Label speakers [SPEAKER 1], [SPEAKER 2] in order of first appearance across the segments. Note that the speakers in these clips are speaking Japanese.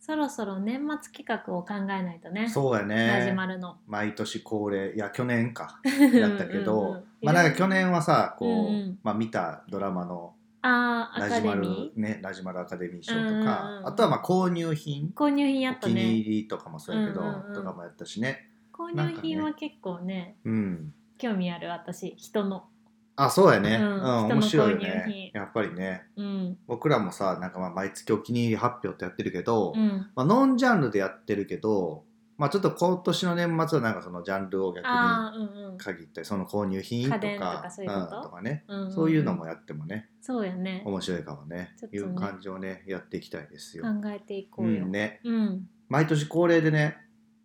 [SPEAKER 1] そろそろ年末企画を考えないとね。
[SPEAKER 2] そうや
[SPEAKER 1] ラジ
[SPEAKER 2] ね
[SPEAKER 1] マルの。
[SPEAKER 2] 毎年恒例いや去 年かやったけど
[SPEAKER 1] うんうんうん
[SPEAKER 2] まあなんか去年はさこう、
[SPEAKER 1] うんうん
[SPEAKER 2] まあ、見たドラマの
[SPEAKER 1] あーア
[SPEAKER 2] ラ
[SPEAKER 1] カ
[SPEAKER 2] ジ
[SPEAKER 1] デ
[SPEAKER 2] マル
[SPEAKER 1] ミ
[SPEAKER 2] ねラジマルアカデミー賞と
[SPEAKER 1] うんうん
[SPEAKER 2] か
[SPEAKER 1] うん
[SPEAKER 2] あとはまあ購入品
[SPEAKER 1] ー。購入品やっ
[SPEAKER 2] お
[SPEAKER 1] た
[SPEAKER 2] 気に
[SPEAKER 1] ね。
[SPEAKER 2] 入りとかもそうやけど、
[SPEAKER 1] うんうんうん
[SPEAKER 2] とかもやったしね
[SPEAKER 1] 購入品
[SPEAKER 2] な
[SPEAKER 1] は結構ね、
[SPEAKER 2] うん
[SPEAKER 1] 興味ある私、人の。
[SPEAKER 2] あそうやね、う
[SPEAKER 1] うんん人の
[SPEAKER 2] 面白い
[SPEAKER 1] 購
[SPEAKER 2] よ
[SPEAKER 1] 入
[SPEAKER 2] ね
[SPEAKER 1] 品
[SPEAKER 2] やっぱりね
[SPEAKER 1] うん。
[SPEAKER 2] 僕らもさなんかまあ毎月お気に入り発表ってやってるけど、
[SPEAKER 1] うん。
[SPEAKER 2] まあ、ノンジャンルでやってるけど、まあ、ちょっと今年の年末はなんかそのジャンルを逆に
[SPEAKER 1] ああ、うんうん
[SPEAKER 2] 限ってその購入品とか
[SPEAKER 1] 家電とかそういうこと
[SPEAKER 2] んとかね
[SPEAKER 1] うんんん。
[SPEAKER 2] そういうのもやってもね
[SPEAKER 1] そうやね。
[SPEAKER 2] 面白いかもね
[SPEAKER 1] ちょっと
[SPEAKER 2] い
[SPEAKER 1] ね
[SPEAKER 2] う感じをねやっていきたいですよ。
[SPEAKER 1] 考えていこ
[SPEAKER 2] う
[SPEAKER 1] うよ。
[SPEAKER 2] んね、
[SPEAKER 1] うん。
[SPEAKER 2] 毎年恒例でね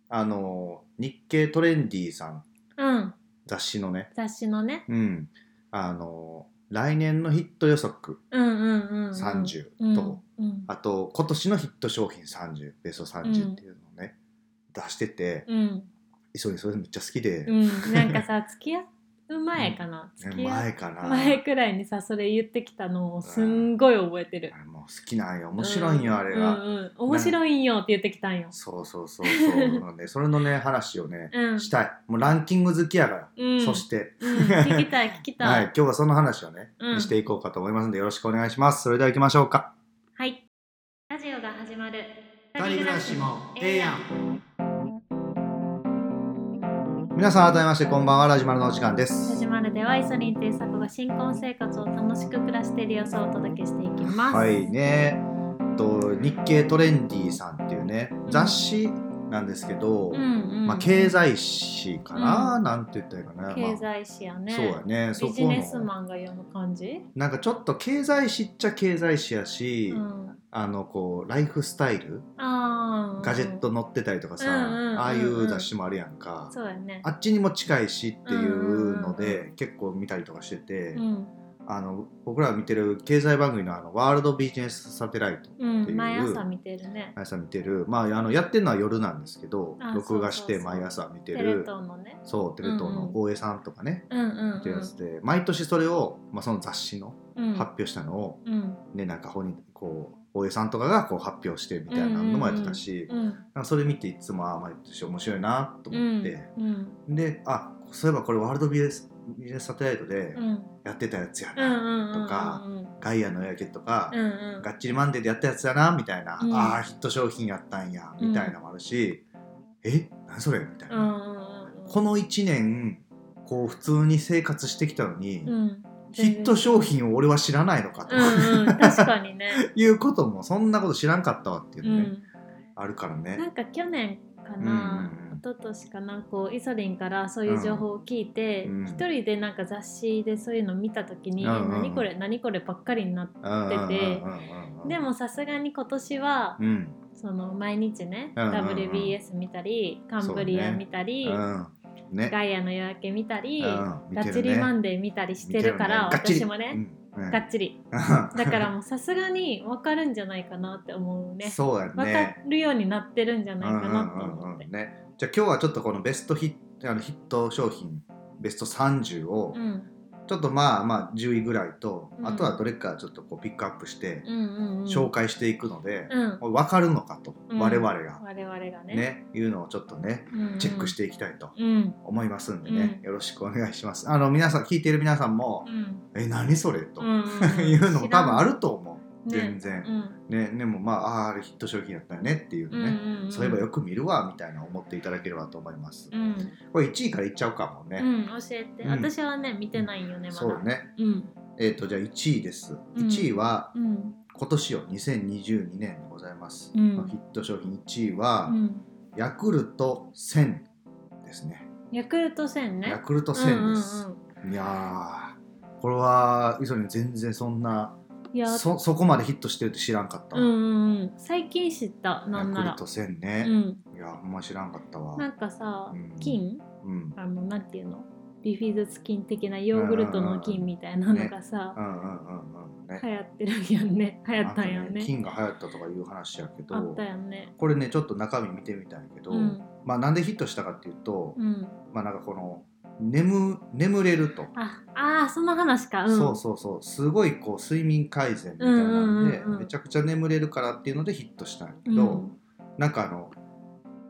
[SPEAKER 2] あの日経トレンディさん
[SPEAKER 1] うん。
[SPEAKER 2] 雑誌のね、
[SPEAKER 1] 雑誌のね。
[SPEAKER 2] うん、あの来年のヒット予測
[SPEAKER 1] うんうんうんうん。
[SPEAKER 2] 30と、
[SPEAKER 1] うんうん
[SPEAKER 2] あと今年のヒット商品30ベスト30っていうのをね、出してて
[SPEAKER 1] うん。
[SPEAKER 2] 急いでそれめっちゃ好きで、
[SPEAKER 1] うん、なんかさ付き合う前かな、
[SPEAKER 2] ね
[SPEAKER 1] 付き合
[SPEAKER 2] 前
[SPEAKER 1] う
[SPEAKER 2] かな
[SPEAKER 1] 前くらいにさそれ言ってきたのをすんごい覚えてる
[SPEAKER 2] あ、れもう好きなんよ面白いんよ、あれが。
[SPEAKER 1] うんうん、面白いんよって言ってきたんよ
[SPEAKER 2] そうそ うそうそう、なんでそれのね話をね、
[SPEAKER 1] うん
[SPEAKER 2] したいもうランキング好きやから、
[SPEAKER 1] うん
[SPEAKER 2] そして、
[SPEAKER 1] うん、聞きたい聞きた
[SPEAKER 2] はいい、今日はその話をね、
[SPEAKER 1] うん
[SPEAKER 2] していこうかと思いますのでよろしくお願いしますそれでは行きましょうか
[SPEAKER 1] はいラジオが始まる
[SPEAKER 2] ん皆さん改めましてこんばんはラジマルのお時間で
[SPEAKER 1] ラ
[SPEAKER 2] す
[SPEAKER 1] ジマルではイソリンという作が新婚生活を楽しく暮らしている様子をお届けしていきます
[SPEAKER 2] はいねと日経トレンディさんっていうね
[SPEAKER 1] ん
[SPEAKER 2] 雑誌なんですけど、
[SPEAKER 1] うんうん
[SPEAKER 2] まあ、経済誌かな、
[SPEAKER 1] う
[SPEAKER 2] なんて言ったらいいかな、まあ
[SPEAKER 1] 経済誌やね
[SPEAKER 2] そうやねそこ
[SPEAKER 1] ビ
[SPEAKER 2] の
[SPEAKER 1] ジネスマンが読む感じ、
[SPEAKER 2] なんかちょっと経済誌っちゃ経済誌やし、
[SPEAKER 1] うん、
[SPEAKER 2] あのこうライフスタイル
[SPEAKER 1] あー
[SPEAKER 2] ガジェット載ってたりとかさ、
[SPEAKER 1] うんうんうんうん
[SPEAKER 2] ああいう雑誌もあるやんか、
[SPEAKER 1] そうやね
[SPEAKER 2] あっちにも近いしっていう
[SPEAKER 1] う
[SPEAKER 2] の
[SPEAKER 1] んうんうん
[SPEAKER 2] で結構見たりとかしてて、
[SPEAKER 1] うん
[SPEAKER 2] あの僕らが見てる経済番組のあの「ワールドビジネスサテライト」
[SPEAKER 1] う、
[SPEAKER 2] っていうん
[SPEAKER 1] 毎朝見てるね。
[SPEAKER 2] 毎朝見てる、まあ、あのやってるのは夜なんですけど
[SPEAKER 1] あ
[SPEAKER 2] 録画し
[SPEAKER 1] そ
[SPEAKER 2] て
[SPEAKER 1] うそうそう
[SPEAKER 2] 毎朝見て
[SPEAKER 1] テ
[SPEAKER 2] る
[SPEAKER 1] レ東のね。
[SPEAKER 2] そうテレ東の大江さんとかね、
[SPEAKER 1] うんうん、うん。
[SPEAKER 2] っていうやつで毎年それを、まあ、その雑誌の
[SPEAKER 1] うん、
[SPEAKER 2] 発表したのを、
[SPEAKER 1] うん。
[SPEAKER 2] ね、なんか本人こう大江さんとかがこう発表してみたいなのもやってたし、
[SPEAKER 1] うん。
[SPEAKER 2] なんかそれ見ていつもああ毎年面白いなと思って、
[SPEAKER 1] うん。
[SPEAKER 2] であそういえばこれワールドビジネスビジネスサテライトで
[SPEAKER 1] うん。
[SPEAKER 2] やってたやつや
[SPEAKER 1] うん。
[SPEAKER 2] な、
[SPEAKER 1] うん。
[SPEAKER 2] とか
[SPEAKER 1] うん。
[SPEAKER 2] ガイアの夜明けとか、
[SPEAKER 1] うん。うん。
[SPEAKER 2] がっちりマンデーでやったやつやなみたいな、
[SPEAKER 1] うん
[SPEAKER 2] ああヒット商品やったんやみたいなのもあるし、え何それみたいな、
[SPEAKER 1] うん。
[SPEAKER 2] この1年こう普通に生活してきたのに、
[SPEAKER 1] うん。
[SPEAKER 2] ヒット商品を俺は知らないのかと
[SPEAKER 1] うん。うん。確かにね。
[SPEAKER 2] いうこともそんなこと知らんかったわっていう
[SPEAKER 1] う
[SPEAKER 2] のね、
[SPEAKER 1] ん。
[SPEAKER 2] あるからね。
[SPEAKER 1] なんか去年かな。
[SPEAKER 2] うん
[SPEAKER 1] 一昨年かなこうイソリンからそういう情報を聞いて一、
[SPEAKER 2] うん
[SPEAKER 1] 人でなんか雑誌でそういうの見た時に、
[SPEAKER 2] うんうんうん
[SPEAKER 1] 何これ何こればっかりになって、
[SPEAKER 2] 出
[SPEAKER 1] てで
[SPEAKER 2] も、
[SPEAKER 1] もさすがに今年は
[SPEAKER 2] うん
[SPEAKER 1] その毎日ね、
[SPEAKER 2] うんうんうん
[SPEAKER 1] WBS 見たりカンブリア見たり、
[SPEAKER 2] うん、ね、
[SPEAKER 1] ガイアの夜明け見たり、
[SPEAKER 2] うん
[SPEAKER 1] ガッチリマンデー見たりしてるから私もね、、ガッチ リだ
[SPEAKER 2] だ
[SPEAKER 1] からもうさすがに分かるんじゃないかなって思うね
[SPEAKER 2] そうや
[SPEAKER 1] 分か
[SPEAKER 2] ね。
[SPEAKER 1] るようになってるんじゃないかなと
[SPEAKER 2] うんうん
[SPEAKER 1] 思
[SPEAKER 2] う
[SPEAKER 1] っ
[SPEAKER 2] んう
[SPEAKER 1] て
[SPEAKER 2] んね。じゃあ今日はちょっとこのベストヒットあのヒット商品ベスト30を
[SPEAKER 1] うん
[SPEAKER 2] ちょっとまあまあ10位ぐらいと、
[SPEAKER 1] うん
[SPEAKER 2] あとはどれかちょっとこうピックアップして
[SPEAKER 1] うんうんうん
[SPEAKER 2] 紹介していくので、
[SPEAKER 1] うん
[SPEAKER 2] 分かるのかと、
[SPEAKER 1] うん
[SPEAKER 2] 我々が
[SPEAKER 1] 我々がね
[SPEAKER 2] ねいうのをちょっとね
[SPEAKER 1] うんうん
[SPEAKER 2] チェックしていきたいと
[SPEAKER 1] うん
[SPEAKER 2] 思いますんでね、
[SPEAKER 1] うん
[SPEAKER 2] よろしくお願いします。あの皆さん聞いている皆さんも、
[SPEAKER 1] うん
[SPEAKER 2] え何それと、
[SPEAKER 1] うんうんうん
[SPEAKER 2] いうのも多分あると思う、
[SPEAKER 1] 知らん
[SPEAKER 2] 全然、
[SPEAKER 1] うん
[SPEAKER 2] ねでもまああーあれヒット商品やったよねっていう
[SPEAKER 1] う
[SPEAKER 2] の
[SPEAKER 1] んう
[SPEAKER 2] ね、
[SPEAKER 1] んうん
[SPEAKER 2] そういえばよく見るわみたいな思っていただければと思います、
[SPEAKER 1] うん、
[SPEAKER 2] これ1位からいっちゃうかも
[SPEAKER 1] う
[SPEAKER 2] ね、
[SPEAKER 1] ん、教えて、
[SPEAKER 2] うん
[SPEAKER 1] 私はね見てないよねまだ
[SPEAKER 2] そうね
[SPEAKER 1] うん
[SPEAKER 2] えっ、とじゃあ1位です
[SPEAKER 1] うん
[SPEAKER 2] 1位は
[SPEAKER 1] うん
[SPEAKER 2] 今年よ2022年でございます、
[SPEAKER 1] うん
[SPEAKER 2] のヒット商品1位は、
[SPEAKER 1] うん
[SPEAKER 2] ヤクルト1000ですね
[SPEAKER 1] ヤクルト1000ね
[SPEAKER 2] ヤクルト
[SPEAKER 1] うん
[SPEAKER 2] 1000
[SPEAKER 1] うん
[SPEAKER 2] で
[SPEAKER 1] うん
[SPEAKER 2] す、いやーこれは磯に全然そんない
[SPEAKER 1] や
[SPEAKER 2] そそこまでヒットしてるって知らんかった
[SPEAKER 1] う
[SPEAKER 2] わ
[SPEAKER 1] んうんうん最近知ったなんな
[SPEAKER 2] ヤク
[SPEAKER 1] ら
[SPEAKER 2] ルト1000ね、
[SPEAKER 1] うん
[SPEAKER 2] いや、あんま知らんかったわ。
[SPEAKER 1] なんかさ
[SPEAKER 2] うん
[SPEAKER 1] 菌
[SPEAKER 2] うん。
[SPEAKER 1] あのなんていうのビフィズス菌的なヨーグルトの菌みたいなのがさ
[SPEAKER 2] うんうんうんうん。ね
[SPEAKER 1] 流。行ってるやんね流行ったんや
[SPEAKER 2] なん
[SPEAKER 1] ん
[SPEAKER 2] かね
[SPEAKER 1] ね
[SPEAKER 2] 金が流行ったとかいう話やけ
[SPEAKER 1] あ
[SPEAKER 2] ど
[SPEAKER 1] った、やんね
[SPEAKER 2] これね、ちょっと中身見てみたんやけど、
[SPEAKER 1] うん
[SPEAKER 2] まあなんでヒットしたかっていうと、
[SPEAKER 1] うん
[SPEAKER 2] まあなんかこの、眠、眠れると。
[SPEAKER 1] ああーその話かうん
[SPEAKER 2] そうそうそう。すごいこう、睡眠改善みたいなんで、
[SPEAKER 1] うんうんうんうん
[SPEAKER 2] めちゃくちゃ眠れるからっていうのでヒットしたんやけ
[SPEAKER 1] う
[SPEAKER 2] ど、
[SPEAKER 1] ん
[SPEAKER 2] なんかあの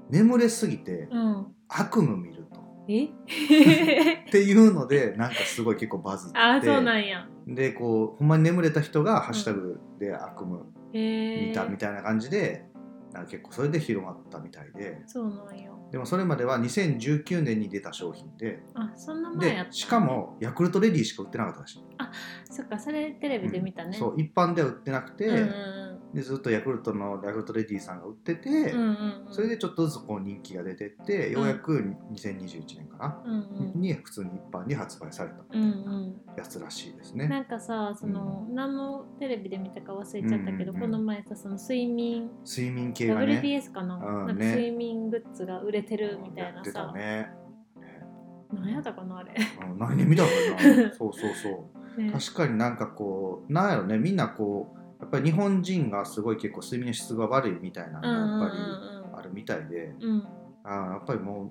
[SPEAKER 2] 眠れすぎて
[SPEAKER 1] うん。
[SPEAKER 2] 悪夢見ると
[SPEAKER 1] え
[SPEAKER 2] っていうのでなんかすごい結構バズって
[SPEAKER 1] あー、そうなんや。
[SPEAKER 2] でこうほんまに眠れた人が「ハッシュタグで悪夢
[SPEAKER 1] へえ。
[SPEAKER 2] 見た」みたいな感じで、なんか結構それで広まったみたいで
[SPEAKER 1] そうなんや。
[SPEAKER 2] でもそれまでは2019年に出た商品で
[SPEAKER 1] あ、そんな前や
[SPEAKER 2] で
[SPEAKER 1] った。
[SPEAKER 2] しか。もヤクルトレディしか売ってなかったらしい、
[SPEAKER 1] そっか、それテレビで見たね。
[SPEAKER 2] そう一般では売ってなくて、
[SPEAKER 1] うんうん
[SPEAKER 2] でずっとヤクルトのヤクルトレディさんが売ってて、
[SPEAKER 1] うん。うんうん。
[SPEAKER 2] それで、ちょっとずつこう人気が出てってようやく2021年かな、
[SPEAKER 1] うんうん。
[SPEAKER 2] に普通に一般に発売された
[SPEAKER 1] うんうん。
[SPEAKER 2] やつらしいです
[SPEAKER 1] な
[SPEAKER 2] ね。
[SPEAKER 1] んかさその、何のテレビで見たか忘れちゃったけど、
[SPEAKER 2] うんうんうん
[SPEAKER 1] この前さその睡眠、
[SPEAKER 2] 睡眠系がね
[SPEAKER 1] WBS かな,、
[SPEAKER 2] うん
[SPEAKER 1] なんか
[SPEAKER 2] ね
[SPEAKER 1] 睡眠グッズが売れてるみた
[SPEAKER 2] や
[SPEAKER 1] い
[SPEAKER 2] っ
[SPEAKER 1] な
[SPEAKER 2] てた
[SPEAKER 1] さ、
[SPEAKER 2] ね。
[SPEAKER 1] なんやったか なあれ、
[SPEAKER 2] うん何で見たのか なそうそうそう
[SPEAKER 1] ね
[SPEAKER 2] 確かになんかこうなんやろねみんなこうやっぱり日本人がすごい結構睡眠の質が悪いみたいなのがやっぱりあるみたいで、
[SPEAKER 1] うんうんうんうん
[SPEAKER 2] あーやっぱりも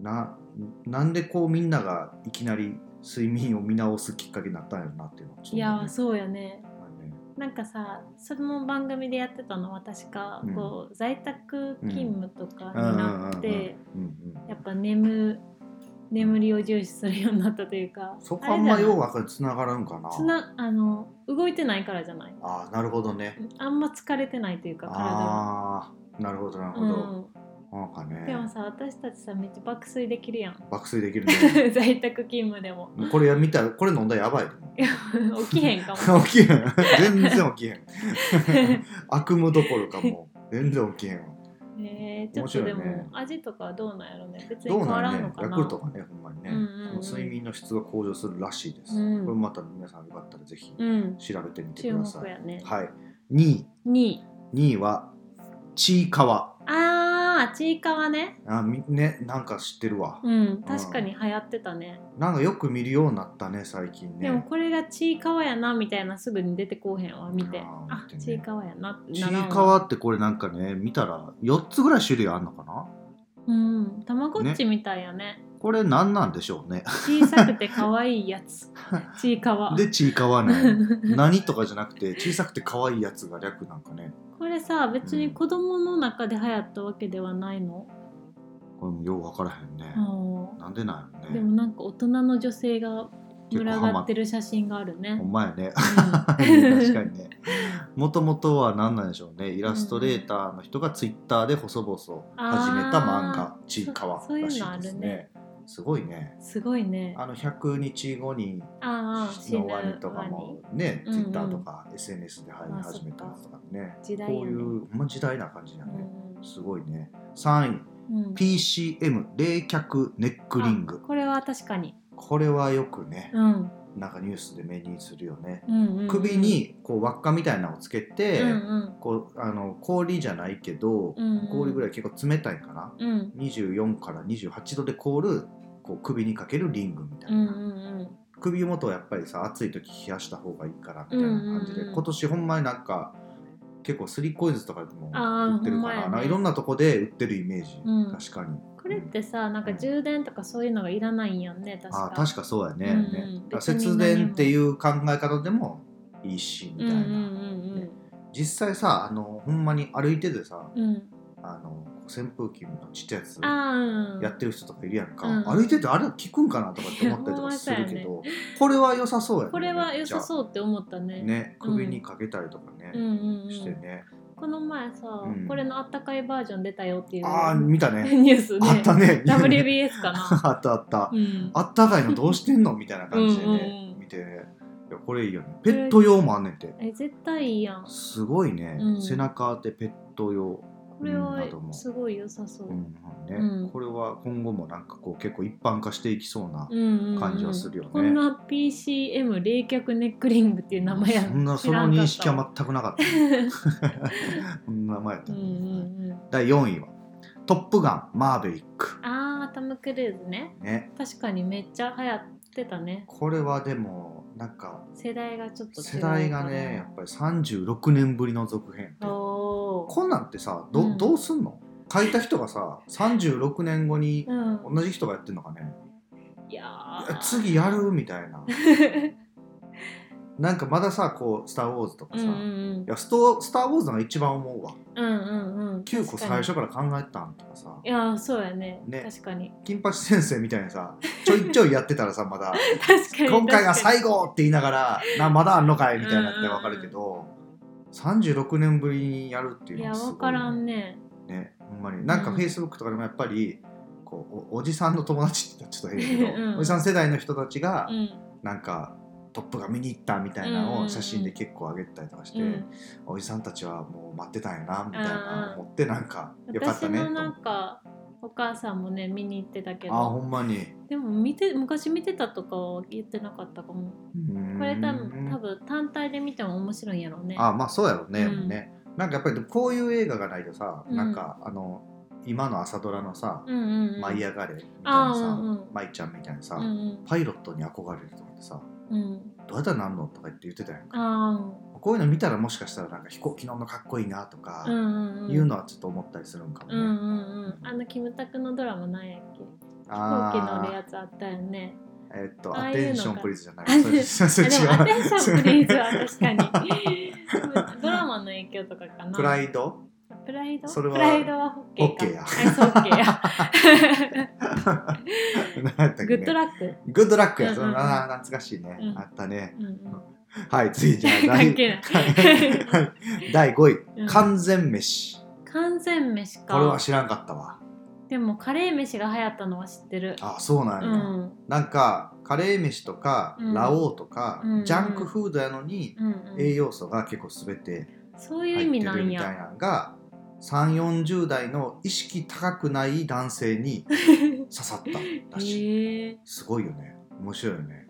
[SPEAKER 2] うななんでこうみんながいきなり睡眠を見直すきっかけになったんやろなっていうのはちょっ
[SPEAKER 1] い
[SPEAKER 2] と思うね
[SPEAKER 1] やーそうやね
[SPEAKER 2] はいね
[SPEAKER 1] なんかさその番組でやってたのは確か、
[SPEAKER 2] うん
[SPEAKER 1] こう在宅勤務とかになって、
[SPEAKER 2] うんうん
[SPEAKER 1] やっぱ眠眠りを重視するようになったというか
[SPEAKER 2] そこあんまよう
[SPEAKER 1] は
[SPEAKER 2] 分かるつながるんかな
[SPEAKER 1] つなあの動いてないからじゃない
[SPEAKER 2] あーなるほどね
[SPEAKER 1] あんま疲れてないというか体が。
[SPEAKER 2] ああなるほどなるほ
[SPEAKER 1] う
[SPEAKER 2] ど、
[SPEAKER 1] ん、
[SPEAKER 2] なんかね
[SPEAKER 1] でもさ私たちさめっちゃ爆睡できるやん
[SPEAKER 2] 爆睡できるね
[SPEAKER 1] 在宅勤務でも
[SPEAKER 2] もうこれや見たらこれ飲んだらやばいでも
[SPEAKER 1] いや起きへんかも
[SPEAKER 2] 起きへん全然起きへん悪夢どころかもう全然起きへんわ
[SPEAKER 1] えー、ちょっとでも、
[SPEAKER 2] 面白いね
[SPEAKER 1] 味とかはどうなんやろね別に
[SPEAKER 2] どう
[SPEAKER 1] 変わ
[SPEAKER 2] な
[SPEAKER 1] ら
[SPEAKER 2] ん
[SPEAKER 1] ん
[SPEAKER 2] や
[SPEAKER 1] の
[SPEAKER 2] ね
[SPEAKER 1] か
[SPEAKER 2] ヤ
[SPEAKER 1] な
[SPEAKER 2] クルトがねほんまにね、
[SPEAKER 1] うんうんうん
[SPEAKER 2] その睡眠の質が向上するらしいです、
[SPEAKER 1] うん
[SPEAKER 2] これまた皆さんよかったらぜひ
[SPEAKER 1] うん
[SPEAKER 2] 調べてみて
[SPEAKER 1] 注
[SPEAKER 2] くださ
[SPEAKER 1] 目
[SPEAKER 2] い、
[SPEAKER 1] やね、
[SPEAKER 2] はい2位
[SPEAKER 1] 二位
[SPEAKER 2] 2位はちいかわ
[SPEAKER 1] あーちいかわね
[SPEAKER 2] あみねなんか知ってるわ、
[SPEAKER 1] うん確かに流行ってたね、
[SPEAKER 2] なんかよく見るようになったね最近ね
[SPEAKER 1] でもこれがちいかわやなみたいなすぐに出てこうへんわ見て
[SPEAKER 2] あー
[SPEAKER 1] あ
[SPEAKER 2] 見てね
[SPEAKER 1] ちいかわやなって
[SPEAKER 2] ちい
[SPEAKER 1] ならんわ
[SPEAKER 2] かわってこれなんかね見たら4つぐらい種類あんのかな
[SPEAKER 1] うんたまごっちみたいやね
[SPEAKER 2] これ何なんでしょうね
[SPEAKER 1] 小さくて可愛いや つちいかわ
[SPEAKER 2] でちいかわね何とかじゃなくて小さくて可愛いやつが略なんかね
[SPEAKER 1] これさ別に子供の中で流行ったわけではないの、
[SPEAKER 2] これもよう分からへんね、
[SPEAKER 1] あ
[SPEAKER 2] なんでなん
[SPEAKER 1] ー
[SPEAKER 2] やろ
[SPEAKER 1] で
[SPEAKER 2] ね
[SPEAKER 1] もなんか大人の女性が群がってる写真があるね
[SPEAKER 2] ほ。んま や
[SPEAKER 1] う
[SPEAKER 2] ね
[SPEAKER 1] ん
[SPEAKER 2] 確かにねもともとは何なんでしょうねイラストレーターの人がツイッターで細々始めた漫画
[SPEAKER 1] あ
[SPEAKER 2] 「ちいかわ」
[SPEAKER 1] そそういう
[SPEAKER 2] ら
[SPEAKER 1] の
[SPEAKER 2] しい
[SPEAKER 1] あ
[SPEAKER 2] で
[SPEAKER 1] る
[SPEAKER 2] すね
[SPEAKER 1] ね
[SPEAKER 2] すごいね
[SPEAKER 1] すごいね。
[SPEAKER 2] あの100日後に
[SPEAKER 1] ああ死ぬ
[SPEAKER 2] のワニとかもね、
[SPEAKER 1] うん
[SPEAKER 2] ツ
[SPEAKER 1] う
[SPEAKER 2] イ
[SPEAKER 1] ん
[SPEAKER 2] ッターとか SNS で入り始めたやつとかね、
[SPEAKER 1] 時代やね。
[SPEAKER 2] こういうほんま時代な感じだ
[SPEAKER 1] う
[SPEAKER 2] ね、
[SPEAKER 1] ん
[SPEAKER 2] すごいね。3位、
[SPEAKER 1] うん、
[SPEAKER 2] PCM 冷却ネックリング
[SPEAKER 1] あ。これは確かに。
[SPEAKER 2] これはよくね
[SPEAKER 1] う、ん
[SPEAKER 2] なんかニュースで目にするよね。
[SPEAKER 1] うんうんうん、
[SPEAKER 2] 首にこう輪っかみたいなのをつけて、
[SPEAKER 1] うんうん
[SPEAKER 2] こうあの氷じゃないけど、
[SPEAKER 1] うんうん
[SPEAKER 2] 氷ぐらい結構冷たいかな。
[SPEAKER 1] うん
[SPEAKER 2] 24から28度で凍るこう首にかけるリングみたい
[SPEAKER 1] うんうん
[SPEAKER 2] な。
[SPEAKER 1] うん
[SPEAKER 2] 首元はやっぱりさ暑い時冷やした方がいいからみたいな感じで、
[SPEAKER 1] うんうんうん
[SPEAKER 2] 今年ほんまになんか結構スリーコインズとかでも
[SPEAKER 1] あー
[SPEAKER 2] 売って
[SPEAKER 1] ほ
[SPEAKER 2] るか
[SPEAKER 1] んま
[SPEAKER 2] ら
[SPEAKER 1] やね
[SPEAKER 2] なんかいろんなとこで売ってるイメージ、
[SPEAKER 1] うん
[SPEAKER 2] 確かに
[SPEAKER 1] これってさなんか充電とかそういうのがいらないんやんね確
[SPEAKER 2] あ
[SPEAKER 1] か
[SPEAKER 2] ー確かそうやね,、
[SPEAKER 1] うんうん
[SPEAKER 2] ねだか
[SPEAKER 1] 別
[SPEAKER 2] ら
[SPEAKER 1] に何
[SPEAKER 2] 節
[SPEAKER 1] も
[SPEAKER 2] 電っていう考え方でもいいしみたいな、
[SPEAKER 1] うんうん
[SPEAKER 2] 実際さあのほんまに歩いててさ
[SPEAKER 1] うんうんうん
[SPEAKER 2] あの扇風機のちっちゃいやつ
[SPEAKER 1] あーうん
[SPEAKER 2] やってる人とかいるやんか、
[SPEAKER 1] うん
[SPEAKER 2] 歩いててあれ効くんかなとかって思ったりとかするけ
[SPEAKER 1] いや ほ
[SPEAKER 2] ど、これは良さそうやね
[SPEAKER 1] これは良さ
[SPEAKER 2] う
[SPEAKER 1] そうって思ったね
[SPEAKER 2] ね首にかけたりとかね、
[SPEAKER 1] うんうんうん
[SPEAKER 2] してね。
[SPEAKER 1] この前さ、
[SPEAKER 2] うん
[SPEAKER 1] これのあったかいバージョン出たよっていう
[SPEAKER 2] ああ、見たね。
[SPEAKER 1] ニュース
[SPEAKER 2] あ っ
[SPEAKER 1] ね
[SPEAKER 2] たね。
[SPEAKER 1] WBS かな、
[SPEAKER 2] あったあった
[SPEAKER 1] う。ん、
[SPEAKER 2] あったかいのどうしてんのみたいな感じで
[SPEAKER 1] うんうんう
[SPEAKER 2] ね
[SPEAKER 1] ん、
[SPEAKER 2] 見てね。いや、これいいよね。ペット用もあんねんて。
[SPEAKER 1] え絶対いいやん
[SPEAKER 2] すごいね
[SPEAKER 1] う。ん
[SPEAKER 2] 背中当てペット用。
[SPEAKER 1] これ
[SPEAKER 2] うん
[SPEAKER 1] は
[SPEAKER 2] あともう
[SPEAKER 1] すごい良さそう、
[SPEAKER 2] う
[SPEAKER 1] うん
[SPEAKER 2] んね
[SPEAKER 1] うん
[SPEAKER 2] これは今後もなんかこう結構一般化していきそうな。
[SPEAKER 1] うんうん
[SPEAKER 2] 感じはするよね
[SPEAKER 1] こんな PCM 冷却ネックリングっていう名前や
[SPEAKER 2] そんなその認識は全くなかった。そんな名前やった
[SPEAKER 1] うん
[SPEAKER 2] ね
[SPEAKER 1] うんうん
[SPEAKER 2] 第4位は、トップガンマーヴェリック。
[SPEAKER 1] あータム・クルーズね
[SPEAKER 2] ね。
[SPEAKER 1] 確かにめっちゃ流行ってたね
[SPEAKER 2] これはでも、なんか、
[SPEAKER 1] 世代がちょっと違う
[SPEAKER 2] 世代がね、やっぱり36年ぶりの続編。
[SPEAKER 1] おー
[SPEAKER 2] こんなんってさど,、
[SPEAKER 1] うん
[SPEAKER 2] どうすんの書いた人がさ36年後に
[SPEAKER 1] うん
[SPEAKER 2] 同じ人がやってんのかね
[SPEAKER 1] いや
[SPEAKER 2] いや
[SPEAKER 1] ー
[SPEAKER 2] 次やるみたいな
[SPEAKER 1] 確
[SPEAKER 2] なんかまださこう「スター・ウォーズ」とか
[SPEAKER 1] うん
[SPEAKER 2] さ、
[SPEAKER 1] うん
[SPEAKER 2] いやスト「スター・ウォーズ」のが一番思うわ
[SPEAKER 1] うんうんうんうん
[SPEAKER 2] 9個最初
[SPEAKER 1] 確か
[SPEAKER 2] から考えたんとかさ
[SPEAKER 1] にいやそうやね
[SPEAKER 2] ね
[SPEAKER 1] 確かに
[SPEAKER 2] 金八先生みたいにさちょいちょいやってたらさまだ
[SPEAKER 1] 確かに確かに
[SPEAKER 2] 今回が最後って言いながらなまだあんのかいみたいなってわかるけど36年ぶりにやるってい
[SPEAKER 1] い
[SPEAKER 2] うの
[SPEAKER 1] や
[SPEAKER 2] はすごい、ね、
[SPEAKER 1] 分からんね
[SPEAKER 2] ねほんまになんか
[SPEAKER 1] うん
[SPEAKER 2] フェイスブックとかでもやっぱりこうおおじさんの友達って言ったらちょっと変やけど、
[SPEAKER 1] うん
[SPEAKER 2] おじさん世代の人たちが
[SPEAKER 1] うん
[SPEAKER 2] なんか「トップが見に行った」みたいなのを写真で結構上げたりとかして、
[SPEAKER 1] うん
[SPEAKER 2] おじさんたちはもう待ってたんやなみたい
[SPEAKER 1] あ
[SPEAKER 2] な
[SPEAKER 1] ー
[SPEAKER 2] 思ってなんかよかっ
[SPEAKER 1] 私
[SPEAKER 2] たねと
[SPEAKER 1] の
[SPEAKER 2] 思
[SPEAKER 1] な
[SPEAKER 2] って
[SPEAKER 1] んかお母さんもね見に行ってたけ
[SPEAKER 2] あーほ
[SPEAKER 1] ど
[SPEAKER 2] んまに
[SPEAKER 1] でも見て昔見てたとかは言ってなかったかもこれ多分多
[SPEAKER 2] 分
[SPEAKER 1] 分単体で見ても面白いんやろうね
[SPEAKER 2] あーまあそうやろうね,、
[SPEAKER 1] うん
[SPEAKER 2] ねなんかやっぱりこういう映画がないとさ、
[SPEAKER 1] うん
[SPEAKER 2] なんかあの今の朝ドラのさ
[SPEAKER 1] うんうんう
[SPEAKER 2] 「
[SPEAKER 1] ん
[SPEAKER 2] 舞い上がれ」みたい
[SPEAKER 1] あ
[SPEAKER 2] な
[SPEAKER 1] ー
[SPEAKER 2] さ
[SPEAKER 1] うんうん
[SPEAKER 2] 舞ちゃんみたいなさ、
[SPEAKER 1] うん
[SPEAKER 2] パイロットに憧れるとかってさ
[SPEAKER 1] うんうん
[SPEAKER 2] どうやったらなんのとか言って言ってたやんか
[SPEAKER 1] あ
[SPEAKER 2] こういうの見たらもしかしたらなんか飛行機乗んのかっこいいな
[SPEAKER 1] あ
[SPEAKER 2] と
[SPEAKER 1] うん
[SPEAKER 2] か
[SPEAKER 1] うんうん
[SPEAKER 2] いうのはちょっと思ったりするんかも
[SPEAKER 1] う
[SPEAKER 2] ね、
[SPEAKER 1] んうんうんあのキムタクのドラマなんやっけ飛行機乗る
[SPEAKER 2] あ
[SPEAKER 1] やつあったよね
[SPEAKER 2] あえっと
[SPEAKER 1] ああ
[SPEAKER 2] ア
[SPEAKER 1] いうのが
[SPEAKER 2] テンションプリーズじゃない
[SPEAKER 1] あ
[SPEAKER 2] それそ
[SPEAKER 1] あ
[SPEAKER 2] れ
[SPEAKER 1] で
[SPEAKER 2] 違
[SPEAKER 1] もアテンションプリーズ は
[SPEAKER 2] う
[SPEAKER 1] 確かにドラマの影響とかかな
[SPEAKER 2] プライド
[SPEAKER 1] プライド
[SPEAKER 2] それは
[SPEAKER 1] プライドはホッケーか
[SPEAKER 2] ホッケーや
[SPEAKER 1] あそうホッケーや
[SPEAKER 2] 何やった
[SPEAKER 1] グ
[SPEAKER 2] っけ
[SPEAKER 1] ッド
[SPEAKER 2] ね
[SPEAKER 1] ラック、
[SPEAKER 2] グッドラックや
[SPEAKER 1] うん
[SPEAKER 2] そ
[SPEAKER 1] うんうん
[SPEAKER 2] のあー懐かしいね
[SPEAKER 1] うん
[SPEAKER 2] あったね
[SPEAKER 1] うんうん、
[SPEAKER 2] はい次じゃあ
[SPEAKER 1] 関
[SPEAKER 2] 第
[SPEAKER 1] 係ない
[SPEAKER 2] はい第5
[SPEAKER 1] うん
[SPEAKER 2] 位完全飯
[SPEAKER 1] 完全飯か
[SPEAKER 2] これは知らんかったわ
[SPEAKER 1] でもカレー飯が流行ったのは知ってる
[SPEAKER 2] あそうな
[SPEAKER 1] うん
[SPEAKER 2] や
[SPEAKER 1] ん
[SPEAKER 2] なんかカレー飯とか
[SPEAKER 1] うん
[SPEAKER 2] ラオウとか
[SPEAKER 1] うん
[SPEAKER 2] ジャンクフードやのに
[SPEAKER 1] うん
[SPEAKER 2] 栄
[SPEAKER 1] うん、
[SPEAKER 2] 養素が結構すべて
[SPEAKER 1] そう
[SPEAKER 2] 入
[SPEAKER 1] いう意
[SPEAKER 2] って
[SPEAKER 1] 味な
[SPEAKER 2] る
[SPEAKER 1] ん
[SPEAKER 2] みたい
[SPEAKER 1] や
[SPEAKER 2] なのが3 4 0代の意識高くない男性に刺さったらしい
[SPEAKER 1] へえ
[SPEAKER 2] すごいよね面白いよね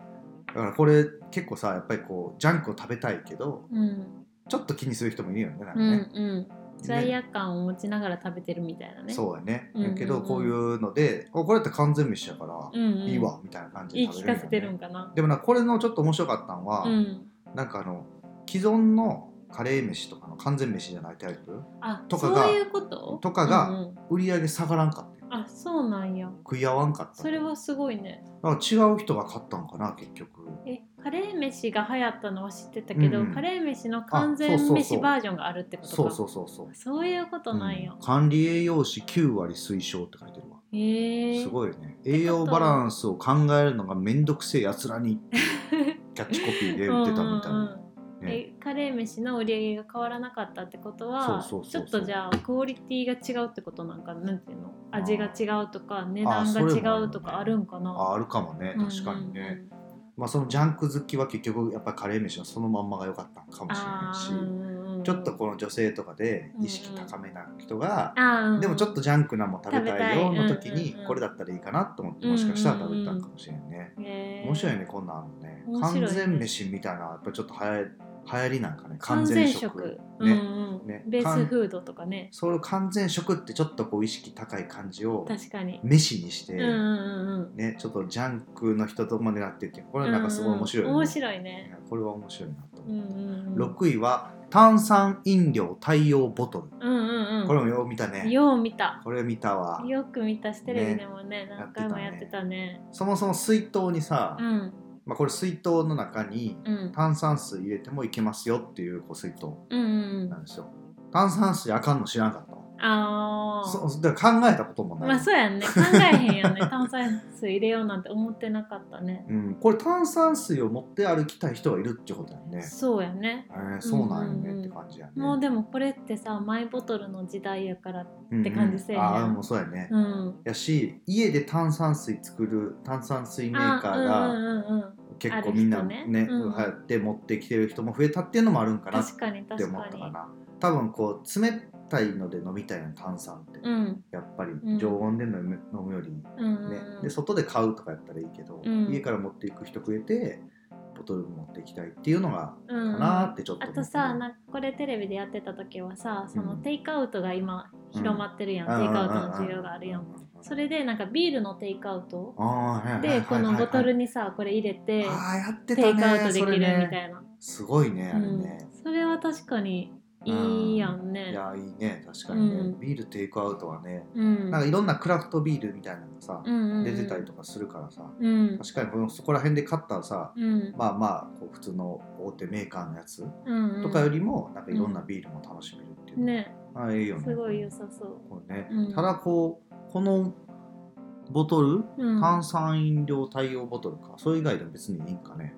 [SPEAKER 2] だからこれ結構さやっぱりこうジャンクを食べたいけど
[SPEAKER 1] うん
[SPEAKER 2] ちょっと気にする人もいるよねなんか
[SPEAKER 1] うん
[SPEAKER 2] ね、
[SPEAKER 1] うん罪悪感を持ちながら食べてるみたいなね
[SPEAKER 2] そうやね、
[SPEAKER 1] うんうんうん
[SPEAKER 2] だけどこういうのでこれって完全飯やから、
[SPEAKER 1] うんうん、
[SPEAKER 2] いいわみたいな感じ
[SPEAKER 1] 言
[SPEAKER 2] で
[SPEAKER 1] い聞かせ
[SPEAKER 2] 食べ
[SPEAKER 1] て
[SPEAKER 2] れ
[SPEAKER 1] る
[SPEAKER 2] よね
[SPEAKER 1] んかな
[SPEAKER 2] でもなこれのちょっと面白かったのは、
[SPEAKER 1] うん
[SPEAKER 2] なんかあの既存のカレー飯とかの完全飯じゃないタイプ
[SPEAKER 1] あ
[SPEAKER 2] とかが
[SPEAKER 1] そういうこと
[SPEAKER 2] とかが
[SPEAKER 1] うんうん
[SPEAKER 2] 売り上げ下がらんかったよ
[SPEAKER 1] あそうなんや
[SPEAKER 2] 食い合わんかった
[SPEAKER 1] それはすごいね
[SPEAKER 2] だから違う人が買ったんかな結局
[SPEAKER 1] えカレー飯が流行ったのは知ってたけど、
[SPEAKER 2] うんうん
[SPEAKER 1] カレー飯の完
[SPEAKER 2] あ
[SPEAKER 1] 全
[SPEAKER 2] そうそう
[SPEAKER 1] 飯
[SPEAKER 2] そう
[SPEAKER 1] バージョンがあるってことか
[SPEAKER 2] そうそうそうそう
[SPEAKER 1] そういうことなん
[SPEAKER 2] う
[SPEAKER 1] よ
[SPEAKER 2] ん、管理栄養士9割推奨って書いてるわ
[SPEAKER 1] へえ
[SPEAKER 2] すごいよね栄養バランスを考えるのがめんどくせえやつ らにっていうキャッチコピーで売ってたみたい
[SPEAKER 1] うんうん
[SPEAKER 2] な
[SPEAKER 1] うん
[SPEAKER 2] ね
[SPEAKER 1] えカレー飯の売り上げが変わらなかったってことは
[SPEAKER 2] そうそうそうそう
[SPEAKER 1] ちょっとじゃあクオリティが違うってことなんかなんていうの味が違うとか値
[SPEAKER 2] あ
[SPEAKER 1] 段
[SPEAKER 2] それもある
[SPEAKER 1] が
[SPEAKER 2] よ
[SPEAKER 1] 違
[SPEAKER 2] ね
[SPEAKER 1] うとかあるんかな
[SPEAKER 2] ああるかもね確かにね、
[SPEAKER 1] うんうんうん
[SPEAKER 2] まあ、そのジャンク好きは結局やっぱりカレー飯のそのまんまが良かったのかもしれ
[SPEAKER 1] あ
[SPEAKER 2] ないし
[SPEAKER 1] ーうんうん
[SPEAKER 2] ちょっとこの女性とかで意識高めな人が、
[SPEAKER 1] あーうんうん
[SPEAKER 2] でもちょっとジャンクなもん食べたいよの
[SPEAKER 1] 食べた
[SPEAKER 2] 時
[SPEAKER 1] いうん
[SPEAKER 2] に
[SPEAKER 1] うんうん
[SPEAKER 2] これだったらいいかなと思ってもしかしたら食べたのかもしれんね、
[SPEAKER 1] へー
[SPEAKER 2] 面白いねこんなんあるのね
[SPEAKER 1] 面白いね
[SPEAKER 2] 完全飯みたいなやっぱちょっと流行流行りなんかね
[SPEAKER 1] 完
[SPEAKER 2] 完
[SPEAKER 1] 全
[SPEAKER 2] 全
[SPEAKER 1] 食
[SPEAKER 2] 食
[SPEAKER 1] うん
[SPEAKER 2] ね、
[SPEAKER 1] うん
[SPEAKER 2] ね
[SPEAKER 1] ベースフードとかね
[SPEAKER 2] それを完全食ってちょっとこう意識高い感じを
[SPEAKER 1] 確かに、
[SPEAKER 2] 飯にして、
[SPEAKER 1] うんうんうんうん
[SPEAKER 2] ね、ちょっとジャンクの人とも狙ってっていうこれはなんかすごい面白い、
[SPEAKER 1] うんうん面白いね、
[SPEAKER 2] これは面白いなと思っ
[SPEAKER 1] う
[SPEAKER 2] て
[SPEAKER 1] んうんうん、
[SPEAKER 2] 6位は炭酸飲料対応ボトル、
[SPEAKER 1] うんうんうん
[SPEAKER 2] これもよう見たね
[SPEAKER 1] よう見た
[SPEAKER 2] これ見たわ
[SPEAKER 1] よく見たしテレビでもね何回もや
[SPEAKER 2] や
[SPEAKER 1] っ
[SPEAKER 2] ってて
[SPEAKER 1] たね
[SPEAKER 2] そもそも水筒にさ、
[SPEAKER 1] うん
[SPEAKER 2] まあ、これ水筒の中に
[SPEAKER 1] うん
[SPEAKER 2] 炭酸水入れてもいけますよっていうこう水筒
[SPEAKER 1] うんうん
[SPEAKER 2] なんですよ炭酸水あかんの知らなかったわ
[SPEAKER 1] ああ
[SPEAKER 2] そうだから考えたこともない、
[SPEAKER 1] まあそうやんね考えへんよね炭酸水入れようなんて思ってなかったね
[SPEAKER 2] うん、これ炭酸水を持って歩きたい人がいるってことやね、
[SPEAKER 1] そうやね
[SPEAKER 2] えー、そうなんよ
[SPEAKER 1] うんうんうん
[SPEAKER 2] ねって感じやね、
[SPEAKER 1] もうでもこれってさマイボトルの時代やから
[SPEAKER 2] うんうん
[SPEAKER 1] って感じせえへん
[SPEAKER 2] ああもうそうやね、
[SPEAKER 1] うん
[SPEAKER 2] やし家で炭酸水作る炭酸水メーカーが、
[SPEAKER 1] あうんうんうんうん
[SPEAKER 2] 結構みんな
[SPEAKER 1] あ
[SPEAKER 2] ね
[SPEAKER 1] る人ねうん
[SPEAKER 2] 流行って持ってきてる人も増えたっていうのもあるんかなっ
[SPEAKER 1] 確かに
[SPEAKER 2] て
[SPEAKER 1] 確
[SPEAKER 2] 思っ
[SPEAKER 1] か
[SPEAKER 2] た
[SPEAKER 1] に
[SPEAKER 2] かな多分こう冷たいので飲みたいな炭酸って、
[SPEAKER 1] うん
[SPEAKER 2] やっぱり
[SPEAKER 1] ん
[SPEAKER 2] 常温で飲む,、飲むよりね、
[SPEAKER 1] うんうん
[SPEAKER 2] で外で買うとかやったらいいけど、
[SPEAKER 1] うん
[SPEAKER 2] 家から持っていく人増えてボトルも持っていきたいっていうのが
[SPEAKER 1] うん
[SPEAKER 2] かなってちょっと
[SPEAKER 1] あ
[SPEAKER 2] 思った
[SPEAKER 1] とさなんかこれテレビでやってた時はさその
[SPEAKER 2] うん
[SPEAKER 1] テイクアウトが今広まってるやん、
[SPEAKER 2] うん
[SPEAKER 1] テイクアウトの需要があるやん、
[SPEAKER 2] ううううん
[SPEAKER 1] それでなんかビールのテイクアウト
[SPEAKER 2] あーはいはいはい
[SPEAKER 1] でこのボトル
[SPEAKER 2] に
[SPEAKER 1] にさこれ入れて
[SPEAKER 2] あーやってた
[SPEAKER 1] テ
[SPEAKER 2] ね
[SPEAKER 1] イクアウトできるみた
[SPEAKER 2] それね
[SPEAKER 1] いな
[SPEAKER 2] すごいねあ
[SPEAKER 1] う
[SPEAKER 2] れ
[SPEAKER 1] ん
[SPEAKER 2] ね、
[SPEAKER 1] それは確かにいいやん
[SPEAKER 2] い
[SPEAKER 1] ね。
[SPEAKER 2] やいいね確かにね、
[SPEAKER 1] うん
[SPEAKER 2] ビールテイクアウトはね
[SPEAKER 1] うん
[SPEAKER 2] なんかいろんなクラフトビールみたいなのがさ、
[SPEAKER 1] 出
[SPEAKER 2] 出てたりとかするからさ
[SPEAKER 1] うん
[SPEAKER 2] 確かにこのそこら辺で買ったさ
[SPEAKER 1] うん
[SPEAKER 2] まあまあこう普通の大手メーカーのやつ
[SPEAKER 1] うんうん
[SPEAKER 2] とかよりもなんかいろんなビールも楽しめるっていう、
[SPEAKER 1] ね
[SPEAKER 2] ああいいよね
[SPEAKER 1] すごい良さそう。
[SPEAKER 2] これね、
[SPEAKER 1] うん
[SPEAKER 2] ただこうこのボトル
[SPEAKER 1] うん
[SPEAKER 2] 炭酸飲料対応ボトルか、それ以外でも別にいいんかね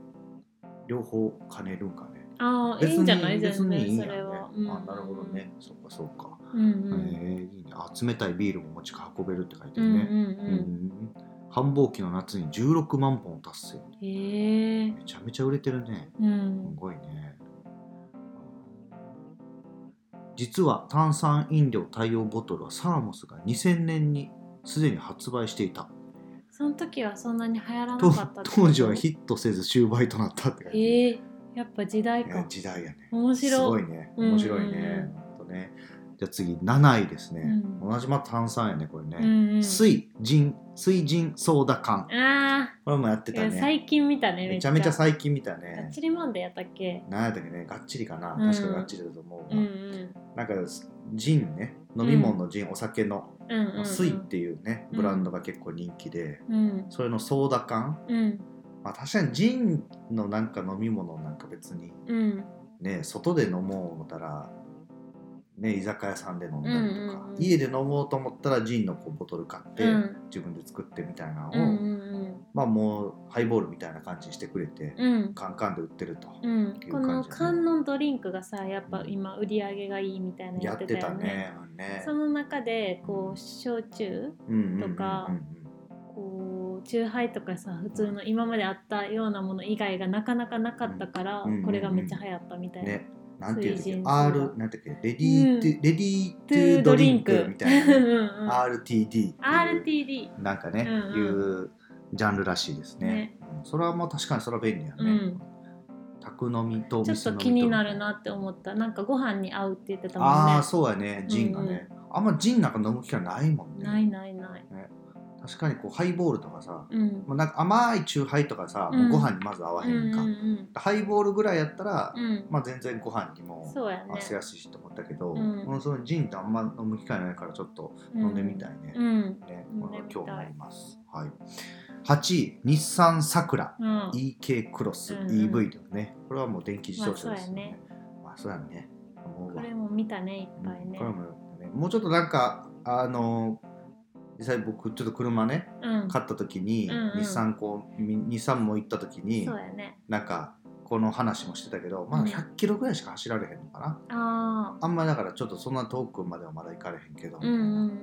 [SPEAKER 2] 両方兼ねるんかね
[SPEAKER 1] ああい
[SPEAKER 2] 別
[SPEAKER 1] いんじゃない全
[SPEAKER 2] 別にいい
[SPEAKER 1] 然そ
[SPEAKER 2] んやね
[SPEAKER 1] れは。
[SPEAKER 2] あなるほどね。そっかそっか、
[SPEAKER 1] うんうん
[SPEAKER 2] えーいいねあ冷たいビールも持ち運べるって書いて
[SPEAKER 1] う
[SPEAKER 2] る
[SPEAKER 1] ん
[SPEAKER 2] ね、
[SPEAKER 1] うんうん
[SPEAKER 2] うん繁忙期の夏に16万本を達成
[SPEAKER 1] へえ
[SPEAKER 2] めちゃめちゃ売れてるね
[SPEAKER 1] う
[SPEAKER 2] す
[SPEAKER 1] ん
[SPEAKER 2] ごいね実は炭酸飲料対応ボトルはサーモスが2000年にすでに発売していた
[SPEAKER 1] その時はそんなに流行らな
[SPEAKER 2] と
[SPEAKER 1] かったってこと
[SPEAKER 2] 当時はヒットせず終売となったって書いてある
[SPEAKER 1] ええやっぱ時代
[SPEAKER 2] いや
[SPEAKER 1] か
[SPEAKER 2] 時代やね
[SPEAKER 1] 面白い
[SPEAKER 2] すごいね
[SPEAKER 1] うん
[SPEAKER 2] 面白いね,、ほんとねじゃあ次7位ですね、
[SPEAKER 1] うん
[SPEAKER 2] 同じまあ炭酸やねこれ
[SPEAKER 1] う
[SPEAKER 2] ね、
[SPEAKER 1] んうん
[SPEAKER 2] 水人水人ソーダ缶
[SPEAKER 1] あ
[SPEAKER 2] これもやって
[SPEAKER 1] あ、
[SPEAKER 2] たね
[SPEAKER 1] 最近見たね
[SPEAKER 2] めちゃめちゃ
[SPEAKER 1] さ
[SPEAKER 2] 最近見た
[SPEAKER 1] ガ
[SPEAKER 2] ね
[SPEAKER 1] ッチリマンデーやったっけ
[SPEAKER 2] 何やったっけねがっちりかな、
[SPEAKER 1] うん
[SPEAKER 2] 確かがっちりだと思う
[SPEAKER 1] うん
[SPEAKER 2] わ、
[SPEAKER 1] うん
[SPEAKER 2] なんかジンね飲み物のジン、お酒の
[SPEAKER 1] うんうんうん
[SPEAKER 2] 水っていうね
[SPEAKER 1] うん
[SPEAKER 2] ブランドが結構人気で、
[SPEAKER 1] うん
[SPEAKER 2] それのソーダ缶、
[SPEAKER 1] うん
[SPEAKER 2] まあ、確かにジンのなんか飲み物なんか別に
[SPEAKER 1] うん
[SPEAKER 2] ね外で飲もう思ったら、ね、居酒屋さんで飲んだりとか、
[SPEAKER 1] うんうんうん
[SPEAKER 2] 家で飲もうと思ったらジンのこうボトル買って、
[SPEAKER 1] うん
[SPEAKER 2] 自分で作ってみたいなのを、
[SPEAKER 1] うんうん
[SPEAKER 2] まあもうハイボールみたいな感じにしてくれて、
[SPEAKER 1] うん
[SPEAKER 2] カンカンで売ってると、
[SPEAKER 1] うん
[SPEAKER 2] ていう感じね
[SPEAKER 1] この観音ドリンクがさやっぱ今売り上げがいいみたいなや
[SPEAKER 2] やっ
[SPEAKER 1] って
[SPEAKER 2] て
[SPEAKER 1] た
[SPEAKER 2] た
[SPEAKER 1] よね
[SPEAKER 2] ね。あれね
[SPEAKER 1] その中でこう焼酎
[SPEAKER 2] うんうんうんうん
[SPEAKER 1] とかこうチューハイとかさ普通の今まであったようなもの以外がなかなかなかったから、
[SPEAKER 2] うんうん
[SPEAKER 1] これがめっちゃ流行ったみたいな、
[SPEAKER 2] ねなんていうんだっ
[SPEAKER 1] 水
[SPEAKER 2] け
[SPEAKER 1] 人ソーダ
[SPEAKER 2] R なんていうっけレディートゥ、
[SPEAKER 1] う
[SPEAKER 2] レディー
[SPEAKER 1] トゥ
[SPEAKER 2] トゥ
[SPEAKER 1] ー
[SPEAKER 2] ー
[SPEAKER 1] ド
[SPEAKER 2] ド
[SPEAKER 1] リ
[SPEAKER 2] リ
[SPEAKER 1] ン
[SPEAKER 2] ン
[SPEAKER 1] ク
[SPEAKER 2] クみたいな、
[SPEAKER 1] うん
[SPEAKER 2] ね、
[SPEAKER 1] うん
[SPEAKER 2] RTD っていう
[SPEAKER 1] RTD
[SPEAKER 2] なんかね、
[SPEAKER 1] うんうん
[SPEAKER 2] いうジャンルらしいですね
[SPEAKER 1] ね
[SPEAKER 2] うんそれはまあ確かにそれは便利やね、
[SPEAKER 1] うん
[SPEAKER 2] 宅飲みとお
[SPEAKER 1] ちょっ
[SPEAKER 2] 店
[SPEAKER 1] と
[SPEAKER 2] 飲み
[SPEAKER 1] 気になるなって思ったなんかご飯に合うって言ってたもんね
[SPEAKER 2] ああーそうやねジンがね、あんまジンなんか飲む機会ないもんね
[SPEAKER 1] ないないない
[SPEAKER 2] 確かにこうハイボールとかさ
[SPEAKER 1] うん
[SPEAKER 2] もうなんか甘いチューハイとかさ、
[SPEAKER 1] うん
[SPEAKER 2] もうご飯にまず合わへんか、
[SPEAKER 1] うんうん
[SPEAKER 2] ハイボールぐらいやったら、
[SPEAKER 1] うん、うん
[SPEAKER 2] まあ全然ご飯にも
[SPEAKER 1] そうやね
[SPEAKER 2] 合わせやすいしと思ったけど、
[SPEAKER 1] うん
[SPEAKER 2] もうそのジンってあんま飲む機会ないからちょっと飲んでみたいね、
[SPEAKER 1] うん
[SPEAKER 2] ね
[SPEAKER 1] 飲んでみたい
[SPEAKER 2] これは興味あります。はい。8位日産さくら
[SPEAKER 1] うん、
[SPEAKER 2] EK クロス、
[SPEAKER 1] うんうん
[SPEAKER 2] EV だよね。これはもう電気自動車
[SPEAKER 1] まあ
[SPEAKER 2] ですよね。まあそうやね。思う
[SPEAKER 1] こ
[SPEAKER 2] わ
[SPEAKER 1] れも見たねいっ
[SPEAKER 2] うん
[SPEAKER 1] ぱいね
[SPEAKER 2] これもねもうちょっとなんかあの実際僕ちょっと車ね
[SPEAKER 1] うん
[SPEAKER 2] 買った時に、
[SPEAKER 1] うんうん
[SPEAKER 2] 日産こうみ日産も行った時に
[SPEAKER 1] そうやね
[SPEAKER 2] なんかこの話もしてたけどまだ
[SPEAKER 1] うん
[SPEAKER 2] 100キロぐらいしか走られへんのかな。
[SPEAKER 1] ああ
[SPEAKER 2] あんまだからちょっとそんな遠くまではまだ行かれへんけど、
[SPEAKER 1] うんうん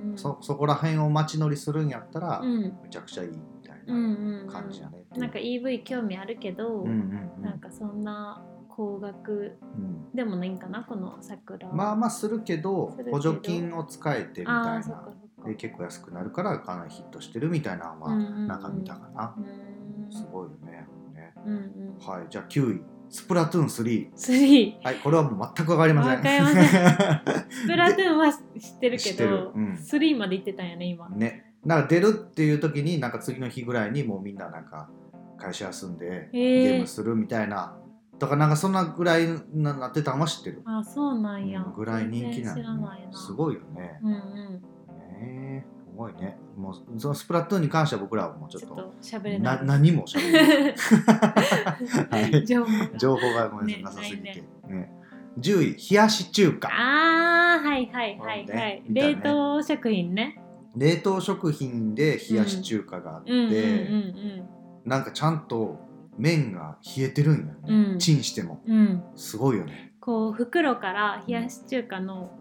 [SPEAKER 1] うん
[SPEAKER 2] そそこら辺を街乗りするんやったら、
[SPEAKER 1] うん
[SPEAKER 2] めちゃくちゃいいみたい
[SPEAKER 1] うん
[SPEAKER 2] な
[SPEAKER 1] うんうん
[SPEAKER 2] 感じやね。
[SPEAKER 1] なんか EV 興味あるけど、
[SPEAKER 2] うんうん
[SPEAKER 1] なんかそんな高額
[SPEAKER 2] うん
[SPEAKER 1] でもないんかなこの桜
[SPEAKER 2] うんまあまあするけど
[SPEAKER 1] するけど
[SPEAKER 2] 補助金を使えてみたい
[SPEAKER 1] ああそっ
[SPEAKER 2] な
[SPEAKER 1] かそっか
[SPEAKER 2] で結構安くなるからかなりヒットしてるみたいなのは
[SPEAKER 1] うんうんうん
[SPEAKER 2] なんか見たかな
[SPEAKER 1] う、ーん
[SPEAKER 2] すごいよねね
[SPEAKER 1] うんうん
[SPEAKER 2] はいじゃあ9位スプラトゥーン3
[SPEAKER 1] スリ
[SPEAKER 2] はいこれはもう全く分かりません
[SPEAKER 1] わかりま せープラトゥーンは知ってる
[SPEAKER 2] 知
[SPEAKER 1] け
[SPEAKER 2] ってる
[SPEAKER 1] ど、
[SPEAKER 2] うん
[SPEAKER 1] スリーまで行ってたんやね今
[SPEAKER 2] ねなんか出るっていう時になんか次の日ぐらいにもうみんななんか会社休んで
[SPEAKER 1] え
[SPEAKER 2] ゲ
[SPEAKER 1] ー
[SPEAKER 2] ームするみたいな、とかなんかそんなぐらいななってたんは知ってる
[SPEAKER 1] ああそうなんや、
[SPEAKER 2] ぐらい人気な
[SPEAKER 1] 全然知ら
[SPEAKER 2] の
[SPEAKER 1] ない
[SPEAKER 2] ね、
[SPEAKER 1] な
[SPEAKER 2] すごいよね。
[SPEAKER 1] うんうん
[SPEAKER 2] ねえすごいね。もうそのスプラトゥーンに関しては僕らはもうちょ
[SPEAKER 1] ちょ
[SPEAKER 2] っ
[SPEAKER 1] っ
[SPEAKER 2] と
[SPEAKER 1] と喋れな
[SPEAKER 2] ない何も喋れないはい。
[SPEAKER 1] 情報が
[SPEAKER 2] 情報がごめん
[SPEAKER 1] ね
[SPEAKER 2] なさいなさすぎて。
[SPEAKER 1] ない
[SPEAKER 2] ね10位冷やし中華
[SPEAKER 1] ああはいはいはいはい、
[SPEAKER 2] これね
[SPEAKER 1] 冷
[SPEAKER 2] 見たね
[SPEAKER 1] 凍食品ね
[SPEAKER 2] 冷凍食品で冷やし中華があって、
[SPEAKER 1] うんうんうん
[SPEAKER 2] なんかちゃんと麺が冷えてるんだよね、
[SPEAKER 1] うん
[SPEAKER 2] チンしても
[SPEAKER 1] うんうん
[SPEAKER 2] すごいよね、
[SPEAKER 1] こう袋から冷やし中華の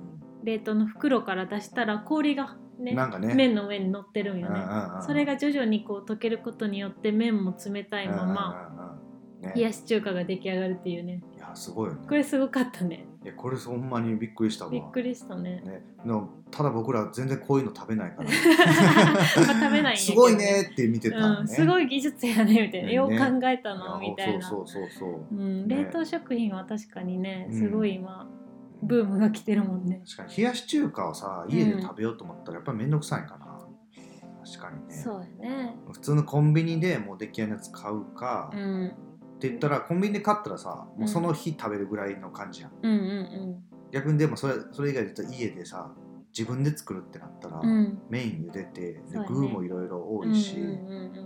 [SPEAKER 1] 冷凍の袋から出したら氷がね
[SPEAKER 2] なんかね
[SPEAKER 1] 麺の上に乗ってるんよ
[SPEAKER 2] うんう
[SPEAKER 1] ね
[SPEAKER 2] んうん
[SPEAKER 1] それが徐々にこう溶けることによって麺も冷たいまま
[SPEAKER 2] うんうんうんうんね、
[SPEAKER 1] 冷やし中華が出来上がるっていうね
[SPEAKER 2] いやすごいよね
[SPEAKER 1] これすごかったね
[SPEAKER 2] いやこれほんまにびっくりしたわ
[SPEAKER 1] びっくりしたね
[SPEAKER 2] ね、のただ僕ら全然こういうの食べない から
[SPEAKER 1] あ食べないんやけど
[SPEAKER 2] すごいねって見てたのね、
[SPEAKER 1] うん、すごい技術やねみたいな、
[SPEAKER 2] ね
[SPEAKER 1] よう考えた
[SPEAKER 2] い
[SPEAKER 1] な
[SPEAKER 2] や
[SPEAKER 1] みたいな
[SPEAKER 2] そうそうそうそ
[SPEAKER 1] う
[SPEAKER 2] う
[SPEAKER 1] ん、
[SPEAKER 2] ね
[SPEAKER 1] 冷凍食品は確かにね
[SPEAKER 2] うん
[SPEAKER 1] すごい今、ブームが来てるもんね、
[SPEAKER 2] 確かに冷やし中華をさ家で食べようと思ったらやっぱり面倒くさいかな、確かにね
[SPEAKER 1] そうやね
[SPEAKER 2] 普通のコンビニでもう出来合いのやつ買うか、
[SPEAKER 1] う
[SPEAKER 2] って
[SPEAKER 1] ん
[SPEAKER 2] 言ったらコンビニで買ったらさもうその
[SPEAKER 1] ん
[SPEAKER 2] 日食べるぐらいの感じやん、
[SPEAKER 1] うんうん
[SPEAKER 2] 逆にでもそれそれ以外で言ったら家でさ自分で作るってなったら、
[SPEAKER 1] うん
[SPEAKER 2] メイン茹でてで
[SPEAKER 1] そうやね
[SPEAKER 2] 具もいろいろ多いし、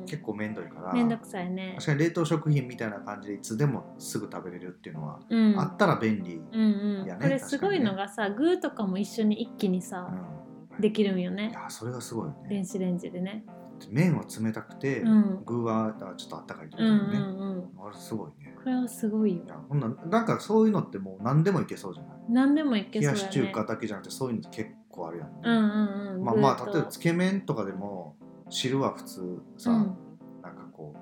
[SPEAKER 2] 結構面倒いから
[SPEAKER 1] めんどくさいね
[SPEAKER 2] 確かに冷凍食品みたいな感じでいつでもすぐ食べれるっていうのは、
[SPEAKER 1] うん
[SPEAKER 2] あったら便利、
[SPEAKER 1] うんうん
[SPEAKER 2] いやね
[SPEAKER 1] これすごいのがさ、具とかも一緒に一気に
[SPEAKER 2] う
[SPEAKER 1] さ、
[SPEAKER 2] ん
[SPEAKER 1] できるんよ
[SPEAKER 2] い
[SPEAKER 1] ね
[SPEAKER 2] やそれがすごいよね
[SPEAKER 1] 電子レンジでね
[SPEAKER 2] 麺は冷たくて、
[SPEAKER 1] うん
[SPEAKER 2] 具はあちょっとあったかいってこ
[SPEAKER 1] う
[SPEAKER 2] と
[SPEAKER 1] んう
[SPEAKER 2] だよね、
[SPEAKER 1] んうん
[SPEAKER 2] あれすごいね
[SPEAKER 1] これはすごいよ
[SPEAKER 2] いやほんなんなんかそういうのってもう何でもいけそうじゃない、
[SPEAKER 1] 何でもいけ
[SPEAKER 2] 冷
[SPEAKER 1] そう
[SPEAKER 2] や
[SPEAKER 1] だ
[SPEAKER 2] し
[SPEAKER 1] ね
[SPEAKER 2] 中華だけじゃなくてそういうのって結構あるやんね、
[SPEAKER 1] うんうんうん
[SPEAKER 2] まあまあ
[SPEAKER 1] 具と
[SPEAKER 2] 例えばつけ麺とかでも汁は普通さ、
[SPEAKER 1] うん
[SPEAKER 2] なんかこう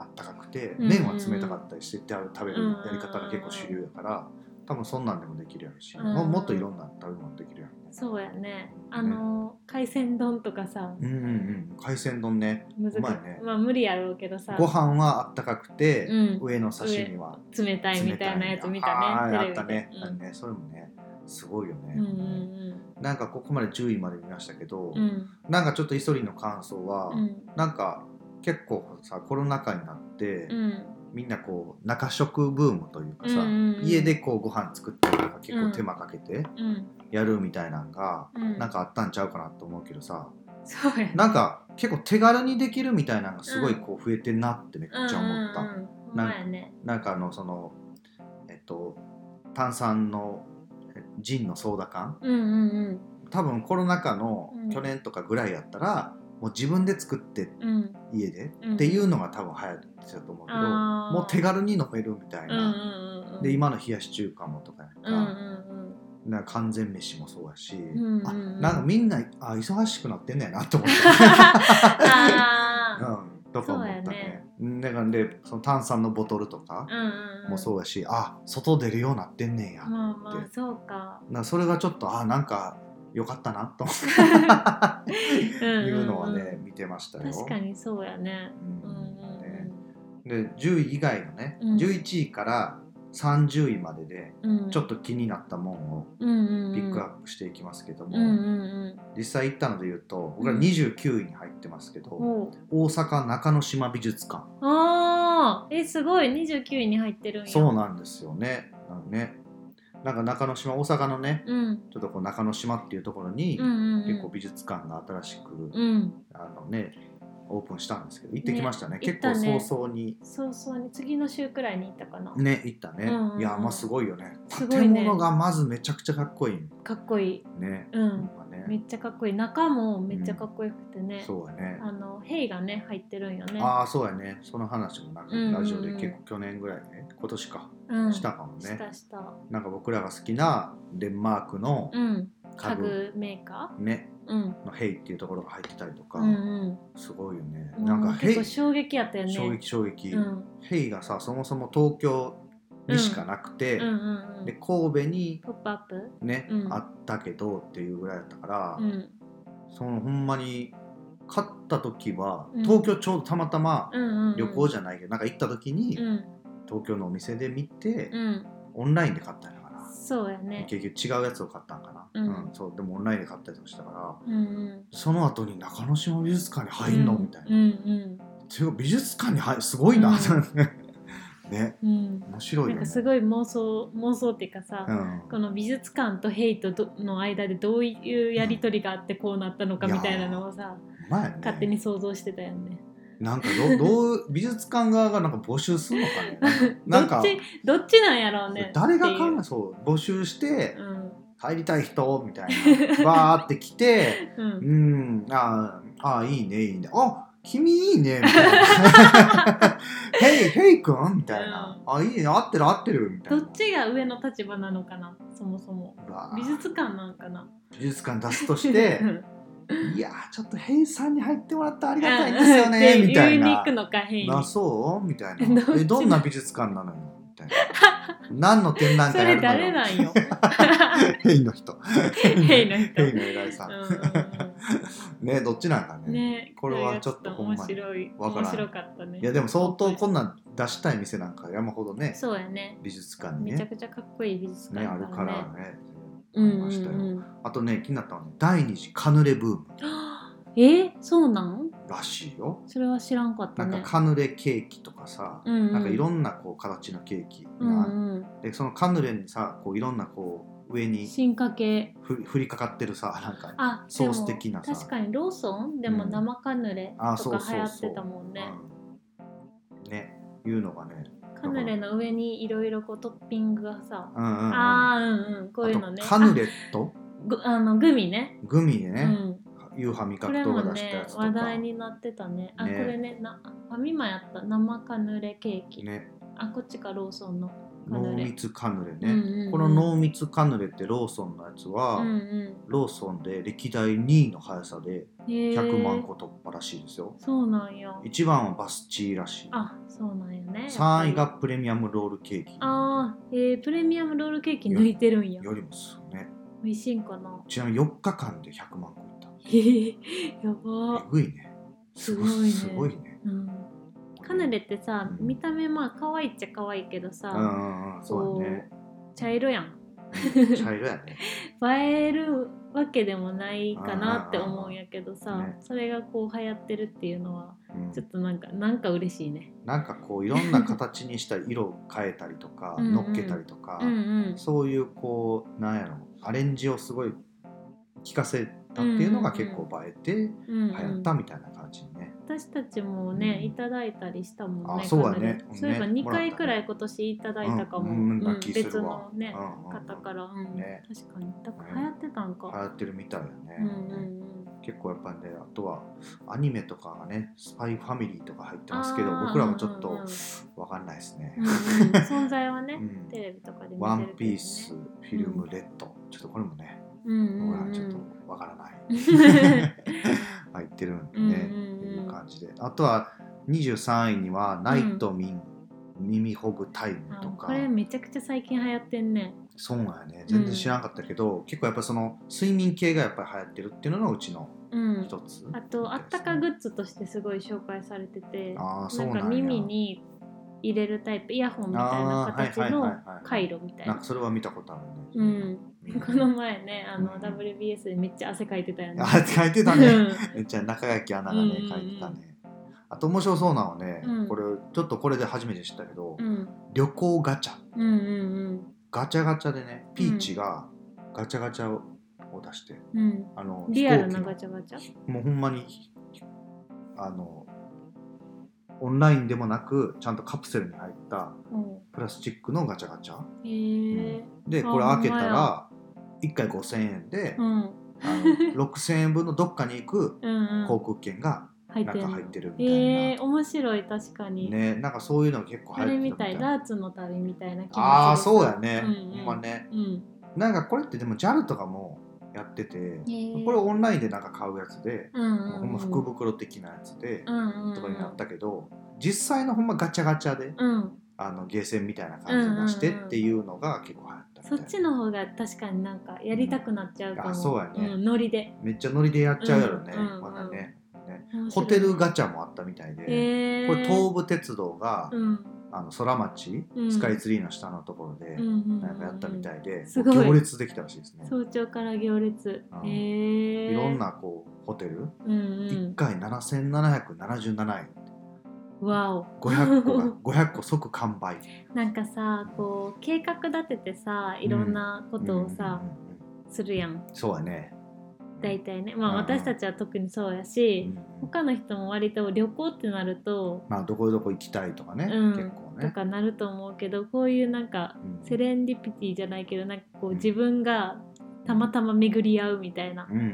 [SPEAKER 2] あったかくて、
[SPEAKER 1] うん
[SPEAKER 2] 麺は冷たかったりしてってある食べるやり方が結構主流やから、多分そんなんでもできるやろし、
[SPEAKER 1] うん
[SPEAKER 2] ももっといろんな食べ物できるやん、
[SPEAKER 1] そうやねあの海鮮丼とかさ
[SPEAKER 2] うんうんうん海鮮丼ね
[SPEAKER 1] 難しい
[SPEAKER 2] まいね
[SPEAKER 1] まあ無理やろうけどさ
[SPEAKER 2] ご飯はあったかくて、
[SPEAKER 1] うん
[SPEAKER 2] 上の刺身は
[SPEAKER 1] 冷たいみたいなやつ見たね
[SPEAKER 2] はい
[SPEAKER 1] テ
[SPEAKER 2] あ
[SPEAKER 1] レ
[SPEAKER 2] っ
[SPEAKER 1] ビで
[SPEAKER 2] たね、
[SPEAKER 1] うん
[SPEAKER 2] あるねそれもねすごいよね、
[SPEAKER 1] うんうん
[SPEAKER 2] なんかここまで10位まで見ましたけど、
[SPEAKER 1] うんうん
[SPEAKER 2] なんかちょっとイソリンの感想は、
[SPEAKER 1] うん
[SPEAKER 2] なんか結構さコロナ禍になって、
[SPEAKER 1] うん
[SPEAKER 2] みんなこう中食ブームというかさ、
[SPEAKER 1] うんうんうん
[SPEAKER 2] 家でこうご飯作ったりとか結構手間かけて
[SPEAKER 1] うん
[SPEAKER 2] やるみたいなんが、
[SPEAKER 1] うん
[SPEAKER 2] なんかあったんちゃうかなと思うけどさ
[SPEAKER 1] そうやね
[SPEAKER 2] なんか結構手軽にできるみたいなのがすごいこう増えてんなってめっちゃ思った、
[SPEAKER 1] うんうんうんほん
[SPEAKER 2] なん
[SPEAKER 1] まやね
[SPEAKER 2] なんかあのそのえっと炭酸のえジンのソーダ缶
[SPEAKER 1] うんうん
[SPEAKER 2] 多分コロナ禍の
[SPEAKER 1] うん
[SPEAKER 2] 去年とかぐらいやったら、もう自分で作って
[SPEAKER 1] うんうん
[SPEAKER 2] 家で、
[SPEAKER 1] うん
[SPEAKER 2] っていうのが多分流行ってたと思うけど
[SPEAKER 1] あー
[SPEAKER 2] もう手軽に飲めるみたい
[SPEAKER 1] うんうん
[SPEAKER 2] な、
[SPEAKER 1] うんうん
[SPEAKER 2] で今の冷やし中華もとかやんか,、
[SPEAKER 1] うんうん
[SPEAKER 2] なんか完全飯もそうやし、
[SPEAKER 1] んうんうん
[SPEAKER 2] あなんかみんなあ忙しくなってんねやなと思っ
[SPEAKER 1] あ
[SPEAKER 2] た、
[SPEAKER 1] ー
[SPEAKER 2] うん、とか思
[SPEAKER 1] そう
[SPEAKER 2] った
[SPEAKER 1] や
[SPEAKER 2] ね
[SPEAKER 1] ね
[SPEAKER 2] だからでその炭酸のボトルとか
[SPEAKER 1] うんうんうん
[SPEAKER 2] もそうやし、あ外出るようになってんねんや、だか
[SPEAKER 1] まあまあそう から
[SPEAKER 2] それがちょっとあなんかよかったなと思って
[SPEAKER 1] い
[SPEAKER 2] いうのはね見てましたよ。
[SPEAKER 1] 確かにそうやね
[SPEAKER 2] う
[SPEAKER 1] うんうん
[SPEAKER 2] ん
[SPEAKER 1] うん
[SPEAKER 2] ねで10位以外のね、
[SPEAKER 1] うん
[SPEAKER 2] 11位から30位までで
[SPEAKER 1] うん
[SPEAKER 2] ちょっと気になったもんを
[SPEAKER 1] うんうんうん
[SPEAKER 2] ピックアップしていきますけども、
[SPEAKER 1] うんうん
[SPEAKER 2] 実際行ったので言うと僕ら
[SPEAKER 1] うん
[SPEAKER 2] 29位に入ってますけど、
[SPEAKER 1] うんおう
[SPEAKER 2] 大阪中之島美術館
[SPEAKER 1] あーえすごい29位に入ってるんや
[SPEAKER 2] そうなんですよねなんかねなんか中之島大阪のね
[SPEAKER 1] うん
[SPEAKER 2] ちょっとこう中之島っていうところに、
[SPEAKER 1] うんうんうん
[SPEAKER 2] 結構美術館が新しく、
[SPEAKER 1] うん
[SPEAKER 2] あのねオープンしたんですけど行ってきましたね
[SPEAKER 1] ね
[SPEAKER 2] 結
[SPEAKER 1] 行
[SPEAKER 2] 構
[SPEAKER 1] ったね
[SPEAKER 2] 早々に
[SPEAKER 1] そうそうに次の週くらいに行ったかな
[SPEAKER 2] ね行ったね、
[SPEAKER 1] うんうん
[SPEAKER 2] いやまあすごいよね
[SPEAKER 1] すごい
[SPEAKER 2] 建
[SPEAKER 1] ね
[SPEAKER 2] 物がまずめちゃくちゃかっこいいね
[SPEAKER 1] かっこいい
[SPEAKER 2] ね、
[SPEAKER 1] う
[SPEAKER 2] なん
[SPEAKER 1] ん
[SPEAKER 2] か
[SPEAKER 1] め
[SPEAKER 2] ね
[SPEAKER 1] っちゃかっこいい中もめっちゃかっこよくてね、
[SPEAKER 2] そうやね
[SPEAKER 1] あのヘイがね入ってるんよね
[SPEAKER 2] ああそうやねその話もなんか
[SPEAKER 1] うんうんうん
[SPEAKER 2] ラジオで結構去年ぐらいね今年か
[SPEAKER 1] うん、
[SPEAKER 2] したかもね
[SPEAKER 1] したした
[SPEAKER 2] なんか僕らが好きなデンマークの
[SPEAKER 1] うん
[SPEAKER 2] 家
[SPEAKER 1] 家
[SPEAKER 2] 具
[SPEAKER 1] 具メーカ
[SPEAKER 2] ね
[SPEAKER 1] ーうん
[SPEAKER 2] の「ヘイ」っていうところが入ってたりとか
[SPEAKER 1] うん
[SPEAKER 2] すごいよね
[SPEAKER 1] うん
[SPEAKER 2] なん
[SPEAKER 1] も
[SPEAKER 2] か「
[SPEAKER 1] う
[SPEAKER 2] ヘ
[SPEAKER 1] 結
[SPEAKER 2] イ
[SPEAKER 1] 構」衝撃やったよね
[SPEAKER 2] 衝撃衝撃
[SPEAKER 1] うん
[SPEAKER 2] ヘイがさそもそも東京にしかなくて
[SPEAKER 1] うんうんうん
[SPEAKER 2] で神戸に
[SPEAKER 1] ポップアップ
[SPEAKER 2] ね
[SPEAKER 1] うん
[SPEAKER 2] あったけどっていうぐらいだったから
[SPEAKER 1] うん
[SPEAKER 2] そのほんまに買った時は
[SPEAKER 1] うん
[SPEAKER 2] 東京ちょうどたまたま
[SPEAKER 1] うんうんうん
[SPEAKER 2] 旅行じゃないけどなんか行った時に
[SPEAKER 1] うん
[SPEAKER 2] 東京のお店で見て
[SPEAKER 1] うん
[SPEAKER 2] オンラインで買ったんだから
[SPEAKER 1] そうやね
[SPEAKER 2] 結局違うやつを買ったんかな、
[SPEAKER 1] うん
[SPEAKER 2] うんそうでもオンラインで買ったりとかしたから
[SPEAKER 1] うんうん
[SPEAKER 2] その後に中之島美術館に入んの、
[SPEAKER 1] うん
[SPEAKER 2] みたいな、
[SPEAKER 1] うん
[SPEAKER 2] ていうか美術館に入るすごいな、 ね
[SPEAKER 1] うんうん
[SPEAKER 2] 面白い
[SPEAKER 1] な
[SPEAKER 2] よ
[SPEAKER 1] んか
[SPEAKER 2] ね
[SPEAKER 1] すごい妄想妄想っていうかさ、
[SPEAKER 2] うん
[SPEAKER 1] この美術館とヘイとどの間でどういうやり取りがあってこうなったのかみたいなのをさ、
[SPEAKER 2] まあね
[SPEAKER 1] 勝手に想像してたよね。
[SPEAKER 2] なんかどどう美術館側がなんか募集するのかね
[SPEAKER 1] ど
[SPEAKER 2] なん
[SPEAKER 1] っ
[SPEAKER 2] か
[SPEAKER 1] ちどっちなんやろうね。
[SPEAKER 2] 誰が考
[SPEAKER 1] 考
[SPEAKER 2] えそう募集して、
[SPEAKER 1] えうん
[SPEAKER 2] 入りたい人みたいなバーって来て
[SPEAKER 1] うん
[SPEAKER 2] うん、あーあー、いいね、いいね。あ君いいね、みたい な。ヘイ、ヘイ君みたいな。あ、いいね、合ってる合ってる、みたい
[SPEAKER 1] ど
[SPEAKER 2] な。
[SPEAKER 1] っちが上の立場なのかなそもそも
[SPEAKER 2] うわー
[SPEAKER 1] 美術館なんかな
[SPEAKER 2] 美術館出す として
[SPEAKER 1] う、ん
[SPEAKER 2] いやー、ちょっとヘイさんに入ってもらったらありがたいんですよ ね、みたい
[SPEAKER 1] 言いに
[SPEAKER 2] な
[SPEAKER 1] 行く。のか変に
[SPEAKER 2] な、そうみた い
[SPEAKER 1] どっち
[SPEAKER 2] な。
[SPEAKER 1] な
[SPEAKER 2] え、どんな美術館なのよみ たいな。何の展覧
[SPEAKER 1] そ
[SPEAKER 2] 会や
[SPEAKER 1] れ
[SPEAKER 2] る
[SPEAKER 1] 誰
[SPEAKER 2] のよ
[SPEAKER 1] なんよ
[SPEAKER 2] ヘイの 人。
[SPEAKER 1] ヘイの人
[SPEAKER 2] ヘイの偉いさ
[SPEAKER 1] うん
[SPEAKER 2] ん。
[SPEAKER 1] うん
[SPEAKER 2] ね、どっちなんか
[SPEAKER 1] うんね
[SPEAKER 2] これはちょっとほんまに
[SPEAKER 1] 面白い
[SPEAKER 2] わからん
[SPEAKER 1] 面白かったね
[SPEAKER 2] いやでも相当こんなん出したい店なんか山ほどね
[SPEAKER 1] そうやね
[SPEAKER 2] 美術館に
[SPEAKER 1] めちゃ
[SPEAKER 2] ね
[SPEAKER 1] くちゃかっこいい美術館
[SPEAKER 2] ねあるから
[SPEAKER 1] ね
[SPEAKER 2] ね
[SPEAKER 1] うん
[SPEAKER 2] ありました
[SPEAKER 1] う
[SPEAKER 2] よ
[SPEAKER 1] んうん
[SPEAKER 2] あとね気になったのはね第二次カヌレブーム
[SPEAKER 1] えそうなん
[SPEAKER 2] らしいよ
[SPEAKER 1] それは知らんかっ
[SPEAKER 2] な
[SPEAKER 1] た
[SPEAKER 2] ん
[SPEAKER 1] ね
[SPEAKER 2] かカヌレケーキとかさ、
[SPEAKER 1] うんうん
[SPEAKER 2] なんかいろんなこう形のケーキ
[SPEAKER 1] うん
[SPEAKER 2] があって、そのカヌレにさこういろんなこ上に
[SPEAKER 1] 進化系
[SPEAKER 2] ふ降りかかってるさなんか
[SPEAKER 1] あ
[SPEAKER 2] ソース的な
[SPEAKER 1] で
[SPEAKER 2] さ
[SPEAKER 1] も確かにローソンでも
[SPEAKER 2] うん
[SPEAKER 1] 生カヌレ
[SPEAKER 2] あ
[SPEAKER 1] と
[SPEAKER 2] そう
[SPEAKER 1] か
[SPEAKER 2] そう
[SPEAKER 1] 流行っ
[SPEAKER 2] そう
[SPEAKER 1] てたもんね、
[SPEAKER 2] うんねいうのがね
[SPEAKER 1] カヌレの上にいろいろこうトッピングがさ、
[SPEAKER 2] うんうんうんあ
[SPEAKER 1] あーうんうんことういうのね
[SPEAKER 2] カヌレと
[SPEAKER 1] あぐあのグミね
[SPEAKER 2] グミで
[SPEAKER 1] う
[SPEAKER 2] ね、
[SPEAKER 1] ん、
[SPEAKER 2] 夕飯味
[SPEAKER 1] こ
[SPEAKER 2] 覚
[SPEAKER 1] れ
[SPEAKER 2] 動
[SPEAKER 1] も
[SPEAKER 2] 画出したや
[SPEAKER 1] ね
[SPEAKER 2] つとか
[SPEAKER 1] 話題になってたねあ
[SPEAKER 2] ね
[SPEAKER 1] これねなファミマやった生カヌレケーキ、
[SPEAKER 2] ね
[SPEAKER 1] あこっちかローソンのカ
[SPEAKER 2] 濃
[SPEAKER 1] ヌレ
[SPEAKER 2] 密カヌレね、
[SPEAKER 1] うんうんうん
[SPEAKER 2] この濃密カヌレってローソンのやつは、
[SPEAKER 1] うんうん
[SPEAKER 2] ローソンで歴代2位の速さ
[SPEAKER 1] へ
[SPEAKER 2] で
[SPEAKER 1] ー
[SPEAKER 2] 100万個突破らしいですよ、
[SPEAKER 1] そうなんや
[SPEAKER 2] 一1番はバスチーらしい
[SPEAKER 1] あそうなんやね
[SPEAKER 2] 3位がプレミアムロールケーキ
[SPEAKER 1] あー、えー、プレミアムロールケーキ抜いてるんや
[SPEAKER 2] よりもすごいね
[SPEAKER 1] 美味しいんかな
[SPEAKER 2] ちなみに4日間で100万個いった
[SPEAKER 1] へへやば
[SPEAKER 2] えぐいね
[SPEAKER 1] すごいね
[SPEAKER 2] すごいね
[SPEAKER 1] うん、カヌレってさ
[SPEAKER 2] うん
[SPEAKER 1] 見た目まあ可愛いっちゃ可愛いけどさ、
[SPEAKER 2] うんうんうんそうだね
[SPEAKER 1] 茶色やん
[SPEAKER 2] 茶色やね
[SPEAKER 1] 映えるわけでもないかなって思うんやけどさ、
[SPEAKER 2] ね
[SPEAKER 1] それがこう流行ってるっていうのは
[SPEAKER 2] う ん
[SPEAKER 1] ちょっとなんかなんか嬉しいね
[SPEAKER 2] なんかこういろんな形にしたり色を変えたりとか
[SPEAKER 1] うんうん
[SPEAKER 2] 乗っけたりとか
[SPEAKER 1] うんうん
[SPEAKER 2] そういうこうなんやろアレンジをすごい聞かせたっていうのが結構映えて
[SPEAKER 1] うん
[SPEAKER 2] 流行ったみたいな感じにね
[SPEAKER 1] 私たちもね、
[SPEAKER 2] うん
[SPEAKER 1] いただいたりしたもんね
[SPEAKER 2] あそうだね
[SPEAKER 1] カヌレそういえば
[SPEAKER 2] ね
[SPEAKER 1] 2回
[SPEAKER 2] もらったね
[SPEAKER 1] くらい今年いただいたかも、
[SPEAKER 2] うんうん
[SPEAKER 1] う
[SPEAKER 2] ラ
[SPEAKER 1] ん
[SPEAKER 2] ッキーす
[SPEAKER 1] 別
[SPEAKER 2] るわ
[SPEAKER 1] のね、
[SPEAKER 2] うんうんうん
[SPEAKER 1] 方から、うん
[SPEAKER 2] ね
[SPEAKER 1] 確かにだから流行ってたんか、
[SPEAKER 2] 流行ってるみたいだ
[SPEAKER 1] うん
[SPEAKER 2] ね
[SPEAKER 1] うんうん
[SPEAKER 2] 結構やっぱねあとはアニメとかがね「スパイファミリー」とか入ってますけど
[SPEAKER 1] あー
[SPEAKER 2] 僕らもちょっ
[SPEAKER 1] うんうん
[SPEAKER 2] と
[SPEAKER 1] うん
[SPEAKER 2] 分かんないですね
[SPEAKER 1] うんうん存在は
[SPEAKER 2] う
[SPEAKER 1] ね、
[SPEAKER 2] ん
[SPEAKER 1] テレビとかで見てるけど、ね、
[SPEAKER 2] ワンピース、フィルムレッド、ちょっとこれもね、
[SPEAKER 1] うんうんう
[SPEAKER 2] 僕ら
[SPEAKER 1] ん、
[SPEAKER 2] ち ょっとわからない。 入ってるんで
[SPEAKER 1] うんうん
[SPEAKER 2] ね、
[SPEAKER 1] うん
[SPEAKER 2] っていう感じで。あとは23位には、ナイトミン、耳ほぐタイムと
[SPEAKER 1] あ
[SPEAKER 2] か
[SPEAKER 1] こ、れめちゃくちゃ最近流行ってんね
[SPEAKER 2] そうなんやね、全然知らなかったけど、結構やっぱその睡眠系がやっぱり流行ってるっていうのがうちの
[SPEAKER 1] うん
[SPEAKER 2] 一つ、
[SPEAKER 1] あとあったかグッズとしてすごい紹介されてて
[SPEAKER 2] あーそうなんや
[SPEAKER 1] か耳に入れるタイプイヤホンみたいな形
[SPEAKER 2] あーはいは
[SPEAKER 1] の
[SPEAKER 2] いはいはい
[SPEAKER 1] 回路みたい
[SPEAKER 2] なん
[SPEAKER 1] な
[SPEAKER 2] か。それは見たことあるね。
[SPEAKER 1] うん、この前ねあの、
[SPEAKER 2] うん
[SPEAKER 1] WBS でめっちゃ汗かいてたよね。
[SPEAKER 2] あ、書いてた
[SPEAKER 1] う
[SPEAKER 2] ね。
[SPEAKER 1] ん
[SPEAKER 2] めっちゃ中垣アナがね
[SPEAKER 1] うんうんうん
[SPEAKER 2] 書いてたね、あと面白そうなのはね、
[SPEAKER 1] うん
[SPEAKER 2] これちょっとこれで初めて知ったけど、
[SPEAKER 1] うん
[SPEAKER 2] 旅行ガチャ
[SPEAKER 1] うんうん
[SPEAKER 2] ガチャガチャでねピーチがガチャガチャを出して、
[SPEAKER 1] うんうん
[SPEAKER 2] あの
[SPEAKER 1] リアルなガ
[SPEAKER 2] チ
[SPEAKER 1] チャガチャ
[SPEAKER 2] もうほんまにあのオンラインでもなくちゃんとカプセルに入った
[SPEAKER 1] うん
[SPEAKER 2] プラスチックのガチャガチャ
[SPEAKER 1] へえ
[SPEAKER 2] で
[SPEAKER 1] あ
[SPEAKER 2] これ開けたら
[SPEAKER 1] ほ
[SPEAKER 2] 1回5,000円で、
[SPEAKER 1] うん
[SPEAKER 2] あの6,000円分のどっかに行く
[SPEAKER 1] うんうん
[SPEAKER 2] 航空券が
[SPEAKER 1] 入ってん
[SPEAKER 2] 中
[SPEAKER 1] の
[SPEAKER 2] 入ってるみたいな。
[SPEAKER 1] へえ面白い確かに、
[SPEAKER 2] ねなんかそういうのが結構
[SPEAKER 1] あれ
[SPEAKER 2] 流行って
[SPEAKER 1] み
[SPEAKER 2] る
[SPEAKER 1] たいダーツの旅みたいな気持ちで
[SPEAKER 2] ああそうやね、
[SPEAKER 1] うん
[SPEAKER 2] ほ
[SPEAKER 1] うん
[SPEAKER 2] んまね
[SPEAKER 1] うん
[SPEAKER 2] なんかこれってでも JAL とかもやってて
[SPEAKER 1] へー
[SPEAKER 2] これオンラインでなんか買うやつで、
[SPEAKER 1] うんうん
[SPEAKER 2] ほ
[SPEAKER 1] うん
[SPEAKER 2] んま福袋的なやつで、
[SPEAKER 1] うんうんうん
[SPEAKER 2] とかになったけど実際のほんまガチャガチャで
[SPEAKER 1] うん
[SPEAKER 2] あのゲーセンみたいな感じで出してっていうのが結構流行ったみ
[SPEAKER 1] そ
[SPEAKER 2] たい
[SPEAKER 1] っちの方が確かになんかやりたくなっちゃうかも、
[SPEAKER 2] あそうやね
[SPEAKER 1] んノリで
[SPEAKER 2] めっちゃノリでやっちゃうやろね、
[SPEAKER 1] うんうんうん
[SPEAKER 2] まだねね
[SPEAKER 1] 面白
[SPEAKER 2] ホ
[SPEAKER 1] い
[SPEAKER 2] テルガチャもあったみたいで、
[SPEAKER 1] へえ
[SPEAKER 2] これ東武鉄道が、
[SPEAKER 1] うん
[SPEAKER 2] あの空町、
[SPEAKER 1] うん
[SPEAKER 2] スカイツリーの下のところで、
[SPEAKER 1] うんうんうん
[SPEAKER 2] なんかやったみたいで、
[SPEAKER 1] すごい
[SPEAKER 2] 行列できたらしいですね。
[SPEAKER 1] 早朝から行列
[SPEAKER 2] うん
[SPEAKER 1] へえ
[SPEAKER 2] いろんなこうホテル、
[SPEAKER 1] うん
[SPEAKER 2] 一
[SPEAKER 1] うん
[SPEAKER 2] 1回7777円、
[SPEAKER 1] わお
[SPEAKER 2] 500個が 500個即完売。
[SPEAKER 1] なんかさこう計画立ててさいろんなことをさ
[SPEAKER 2] う、んうんうん
[SPEAKER 1] するやん
[SPEAKER 2] うんそうやね。
[SPEAKER 1] 大体ねまあ
[SPEAKER 2] うん
[SPEAKER 1] 私たちは特にそうや
[SPEAKER 2] う
[SPEAKER 1] し、
[SPEAKER 2] んうん
[SPEAKER 1] 他の人も割と旅行ってなると、
[SPEAKER 2] まあどこどこ行きたいとかね、
[SPEAKER 1] うん
[SPEAKER 2] 結構
[SPEAKER 1] と
[SPEAKER 2] ね。
[SPEAKER 1] かなると思うけどこういうなんか
[SPEAKER 2] うん
[SPEAKER 1] セレンディピティじゃないけどなんかこ
[SPEAKER 2] う
[SPEAKER 1] うん自分がたまたま巡り合うみたいな
[SPEAKER 2] うんうんう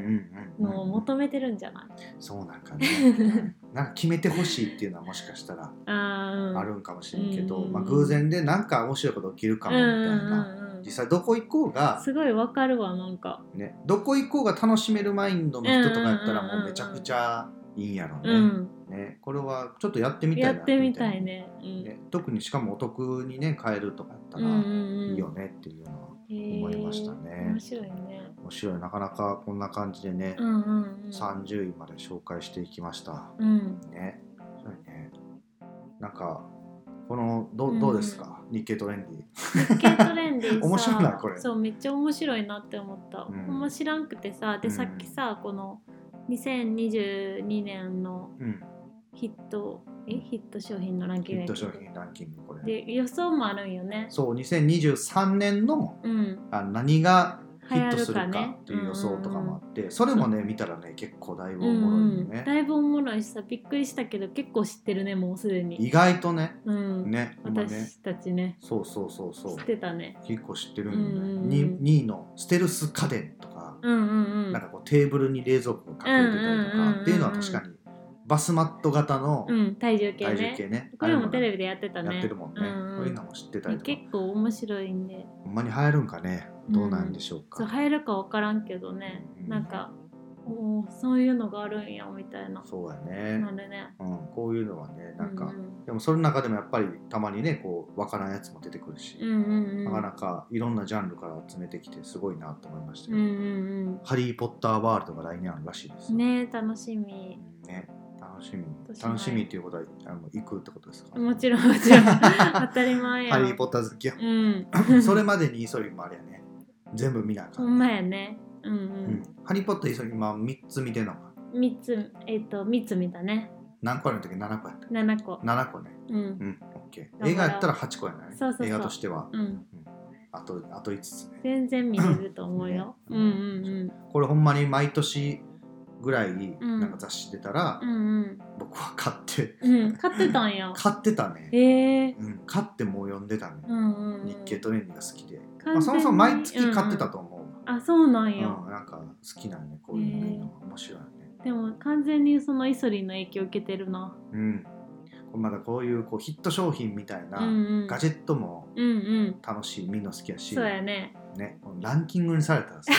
[SPEAKER 2] んうん
[SPEAKER 1] のを求めてるんじゃない、
[SPEAKER 2] そうなんかね うんなんか決めてほしいっていうのはもしかしたら
[SPEAKER 1] あー
[SPEAKER 2] あるんかもしれんけど、
[SPEAKER 1] うん
[SPEAKER 2] まあ、偶然でなんか面白いこと起きるか
[SPEAKER 1] う
[SPEAKER 2] も
[SPEAKER 1] ん
[SPEAKER 2] み
[SPEAKER 1] う
[SPEAKER 2] たい
[SPEAKER 1] ん
[SPEAKER 2] な、
[SPEAKER 1] うんうん
[SPEAKER 2] 実際どこ行こうが
[SPEAKER 1] すごいわかるわなんか、
[SPEAKER 2] ね、どこ行こうが楽しめるマインドの人とかやったら
[SPEAKER 1] うんうんうんうん
[SPEAKER 2] もうめちゃくちゃいいんやろね,、
[SPEAKER 1] うん
[SPEAKER 2] ねこれはちょっとやってみたいな
[SPEAKER 1] やってみたい
[SPEAKER 2] ね
[SPEAKER 1] ねうん
[SPEAKER 2] 特にしかもお得にね買えるとかやった
[SPEAKER 1] うん
[SPEAKER 2] ら
[SPEAKER 1] うんうん
[SPEAKER 2] いいよねっていうのは
[SPEAKER 1] へー
[SPEAKER 2] 思いましたね
[SPEAKER 1] 面白いね
[SPEAKER 2] 面白いなかなかこんな感じでね、
[SPEAKER 1] うんうんうん
[SPEAKER 2] 30位まで紹介していきました
[SPEAKER 1] うん
[SPEAKER 2] ねそうねなんかこのどうどうですか、日経トレンディ
[SPEAKER 1] スケートレンディさ
[SPEAKER 2] 面白いなこれ
[SPEAKER 1] そうめっちゃ面白いなって思った、
[SPEAKER 2] うん
[SPEAKER 1] ほんま知らんくてさで、
[SPEAKER 2] うん
[SPEAKER 1] さっきさこの2022年の
[SPEAKER 2] うん
[SPEAKER 1] ヒットえヒット商品のランキ
[SPEAKER 2] ヒ
[SPEAKER 1] ング
[SPEAKER 2] ッ
[SPEAKER 1] やけ
[SPEAKER 2] ト
[SPEAKER 1] ど
[SPEAKER 2] 商品ランキングこれ
[SPEAKER 1] で予想もあるんよね
[SPEAKER 2] そう2023年の
[SPEAKER 1] うん
[SPEAKER 2] あ何がヒ
[SPEAKER 1] 流行
[SPEAKER 2] ット
[SPEAKER 1] る
[SPEAKER 2] する
[SPEAKER 1] か
[SPEAKER 2] か
[SPEAKER 1] ね
[SPEAKER 2] っていう予想とかもあって、それもね見たらね結構だいぶおもろいよ
[SPEAKER 1] うんうん
[SPEAKER 2] ね、
[SPEAKER 1] だいぶおもろいしさびっくりしたけど結構知ってるねもうすでに
[SPEAKER 2] 意外とね
[SPEAKER 1] うん
[SPEAKER 2] ね今ね
[SPEAKER 1] 私たちね
[SPEAKER 2] そうそうそうそう
[SPEAKER 1] 知ってたね
[SPEAKER 2] 結構知ってるんよね、
[SPEAKER 1] うんうんうん
[SPEAKER 2] に2位のステルス家電とか、
[SPEAKER 1] うんうんうん
[SPEAKER 2] なんかこうテーブルに冷蔵庫を隠れてたりとか、
[SPEAKER 1] うんうんうんうん
[SPEAKER 2] っていうのは確かにバスマット型の
[SPEAKER 1] うん体重計
[SPEAKER 2] 体重
[SPEAKER 1] ね
[SPEAKER 2] 計ね、
[SPEAKER 1] これもテレ
[SPEAKER 2] ビ
[SPEAKER 1] ビでやってたね
[SPEAKER 2] やってるもん
[SPEAKER 1] う
[SPEAKER 2] ね、
[SPEAKER 1] ん
[SPEAKER 2] そうういうんのも知ってたりとか
[SPEAKER 1] 結構面白いんで
[SPEAKER 2] ほんまに入るんかねどうなんでしょうか、
[SPEAKER 1] そう入るか分からんけどね、
[SPEAKER 2] うん
[SPEAKER 1] なんかおーそういうのがあるんやみたいな
[SPEAKER 2] そうやね
[SPEAKER 1] な、るね
[SPEAKER 2] うん、こういうのはねなんか、
[SPEAKER 1] うんうん
[SPEAKER 2] でもその中でもやっぱりたまにねこうわからんやつも出てくるし、
[SPEAKER 1] うんうんうん
[SPEAKER 2] なかなかいろんなジャンルから集めてきてすごいなと思いました
[SPEAKER 1] う
[SPEAKER 2] よ、
[SPEAKER 1] んうん
[SPEAKER 2] ハリー・ポッターワールドが来年あるらしいです
[SPEAKER 1] うん
[SPEAKER 2] よ
[SPEAKER 1] ねえ楽しみ
[SPEAKER 2] ね楽しみ
[SPEAKER 1] 私は
[SPEAKER 2] 楽しみっていうことはあの行くってことですか
[SPEAKER 1] もちろんもちろ ん当たり前や
[SPEAKER 2] ハリー・ポッター好 きや、
[SPEAKER 1] うん
[SPEAKER 2] それまでに急いもあれやね全部見なあか
[SPEAKER 1] ほ
[SPEAKER 2] ん
[SPEAKER 1] んまやねうん
[SPEAKER 2] う
[SPEAKER 1] うん
[SPEAKER 2] ん、ハリー・ポッター急ぎ今3つ見てんのか
[SPEAKER 1] 三つえっ、と三つ見たね
[SPEAKER 2] 何個あるの時7個やった
[SPEAKER 1] 七個
[SPEAKER 2] 7個ね
[SPEAKER 1] うん
[SPEAKER 2] うんオッケ
[SPEAKER 1] だか
[SPEAKER 2] ー
[SPEAKER 1] ら
[SPEAKER 2] 映画やったら8個やない
[SPEAKER 1] そうそうそう
[SPEAKER 2] 映画としては
[SPEAKER 1] うん
[SPEAKER 2] あとあと5つね
[SPEAKER 1] 全然見れると思うよう
[SPEAKER 2] ね
[SPEAKER 1] んうん
[SPEAKER 2] これほんまに毎年ぐらいなんか雑誌出たら、
[SPEAKER 1] うんうん
[SPEAKER 2] 僕は買って
[SPEAKER 1] うんうん買ってたんや
[SPEAKER 2] 買ってたね、
[SPEAKER 1] ええ
[SPEAKER 2] うん、買ってもう読んでたね、
[SPEAKER 1] うんうんうん
[SPEAKER 2] 日経トレンディが好きで、
[SPEAKER 1] 完全に
[SPEAKER 2] まあ、そもそも毎月買ってたと思う、
[SPEAKER 1] あそうなん
[SPEAKER 2] う
[SPEAKER 1] や、
[SPEAKER 2] んなんか好きなんでこういうの見るのが面白いよね、
[SPEAKER 1] でも完全にそのイソリンの影響を受けてるな
[SPEAKER 2] うんこうまだこういうこうヒット商品みたいな、
[SPEAKER 1] うんうん
[SPEAKER 2] ガジェットも
[SPEAKER 1] うんうん
[SPEAKER 2] 楽しい見るの好きやし
[SPEAKER 1] そうやね
[SPEAKER 2] ね、このランキングにされたらさ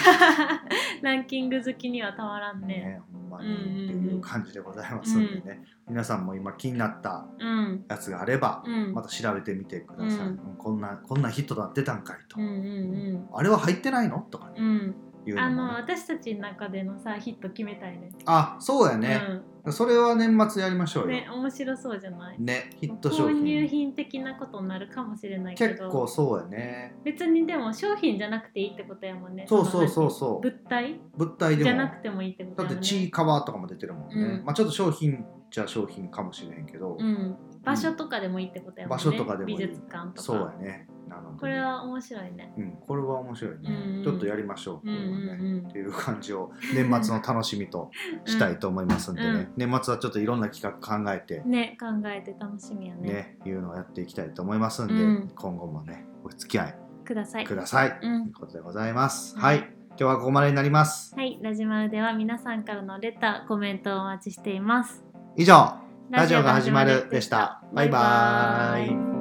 [SPEAKER 1] ランキング好きにはたまらんね
[SPEAKER 2] ねほんまに
[SPEAKER 1] うん
[SPEAKER 2] って
[SPEAKER 1] うんうん
[SPEAKER 2] いう感じでございますんでね、皆さんも今気になった
[SPEAKER 1] うん
[SPEAKER 2] やつがあれば、
[SPEAKER 1] うん
[SPEAKER 2] また調べてみてください、
[SPEAKER 1] うん
[SPEAKER 2] こんなこんなヒットだってたんかいと、
[SPEAKER 1] うんうん
[SPEAKER 2] あれは入ってないのとかね
[SPEAKER 1] うんうん
[SPEAKER 2] いう
[SPEAKER 1] あ
[SPEAKER 2] の
[SPEAKER 1] の
[SPEAKER 2] も、ね、
[SPEAKER 1] 私たちの中でのさヒット決めたいね
[SPEAKER 2] あそうやね、それは年末やりまし
[SPEAKER 1] う、
[SPEAKER 2] ょうんよ
[SPEAKER 1] ね
[SPEAKER 2] ね
[SPEAKER 1] 面白そうじゃない
[SPEAKER 2] ヒット商
[SPEAKER 1] 購入
[SPEAKER 2] 品
[SPEAKER 1] 品的なことになるかもしれないけ
[SPEAKER 2] 結
[SPEAKER 1] ど
[SPEAKER 2] 構そうやね
[SPEAKER 1] 別にでも商品じゃなくていいってことやもんね
[SPEAKER 2] そうそうそううそう
[SPEAKER 1] 物体
[SPEAKER 2] 物体で
[SPEAKER 1] じゃ
[SPEAKER 2] も
[SPEAKER 1] なくてもいいってこと
[SPEAKER 2] だ
[SPEAKER 1] や
[SPEAKER 2] っ
[SPEAKER 1] もん
[SPEAKER 2] て
[SPEAKER 1] ね
[SPEAKER 2] チーカバーとかも出てるもんね、
[SPEAKER 1] うん
[SPEAKER 2] まあちょっと商品じゃ商品かもしれへんけど、
[SPEAKER 1] うん、場所とかでもいいってことやもんね、
[SPEAKER 2] 場所とかでもいい
[SPEAKER 1] 美術館とか
[SPEAKER 2] そうやねなので
[SPEAKER 1] これは面白いね
[SPEAKER 2] うん、これは面白いね、
[SPEAKER 1] うんうん
[SPEAKER 2] ちょっとやりましょう、
[SPEAKER 1] うんう
[SPEAKER 2] これはね
[SPEAKER 1] ん
[SPEAKER 2] っていう感じを年末の楽しみとしたいと思いますんでね、
[SPEAKER 1] うんうん
[SPEAKER 2] 年末はちょっといろんな企画考えて
[SPEAKER 1] うんね考えて楽しみやね
[SPEAKER 2] ね、いうのをやっていきたいと思いますんで、
[SPEAKER 1] うん
[SPEAKER 2] 今後もねお付き合
[SPEAKER 1] くださ
[SPEAKER 2] い
[SPEAKER 1] い
[SPEAKER 2] ください、
[SPEAKER 1] うん
[SPEAKER 2] ということでございます、
[SPEAKER 1] うん
[SPEAKER 2] はい今日はここまでになります
[SPEAKER 1] はいラジマルでは皆さんからのレターコメントをお待ちしています
[SPEAKER 2] 以上ラジオが始まるでしたバイバーイ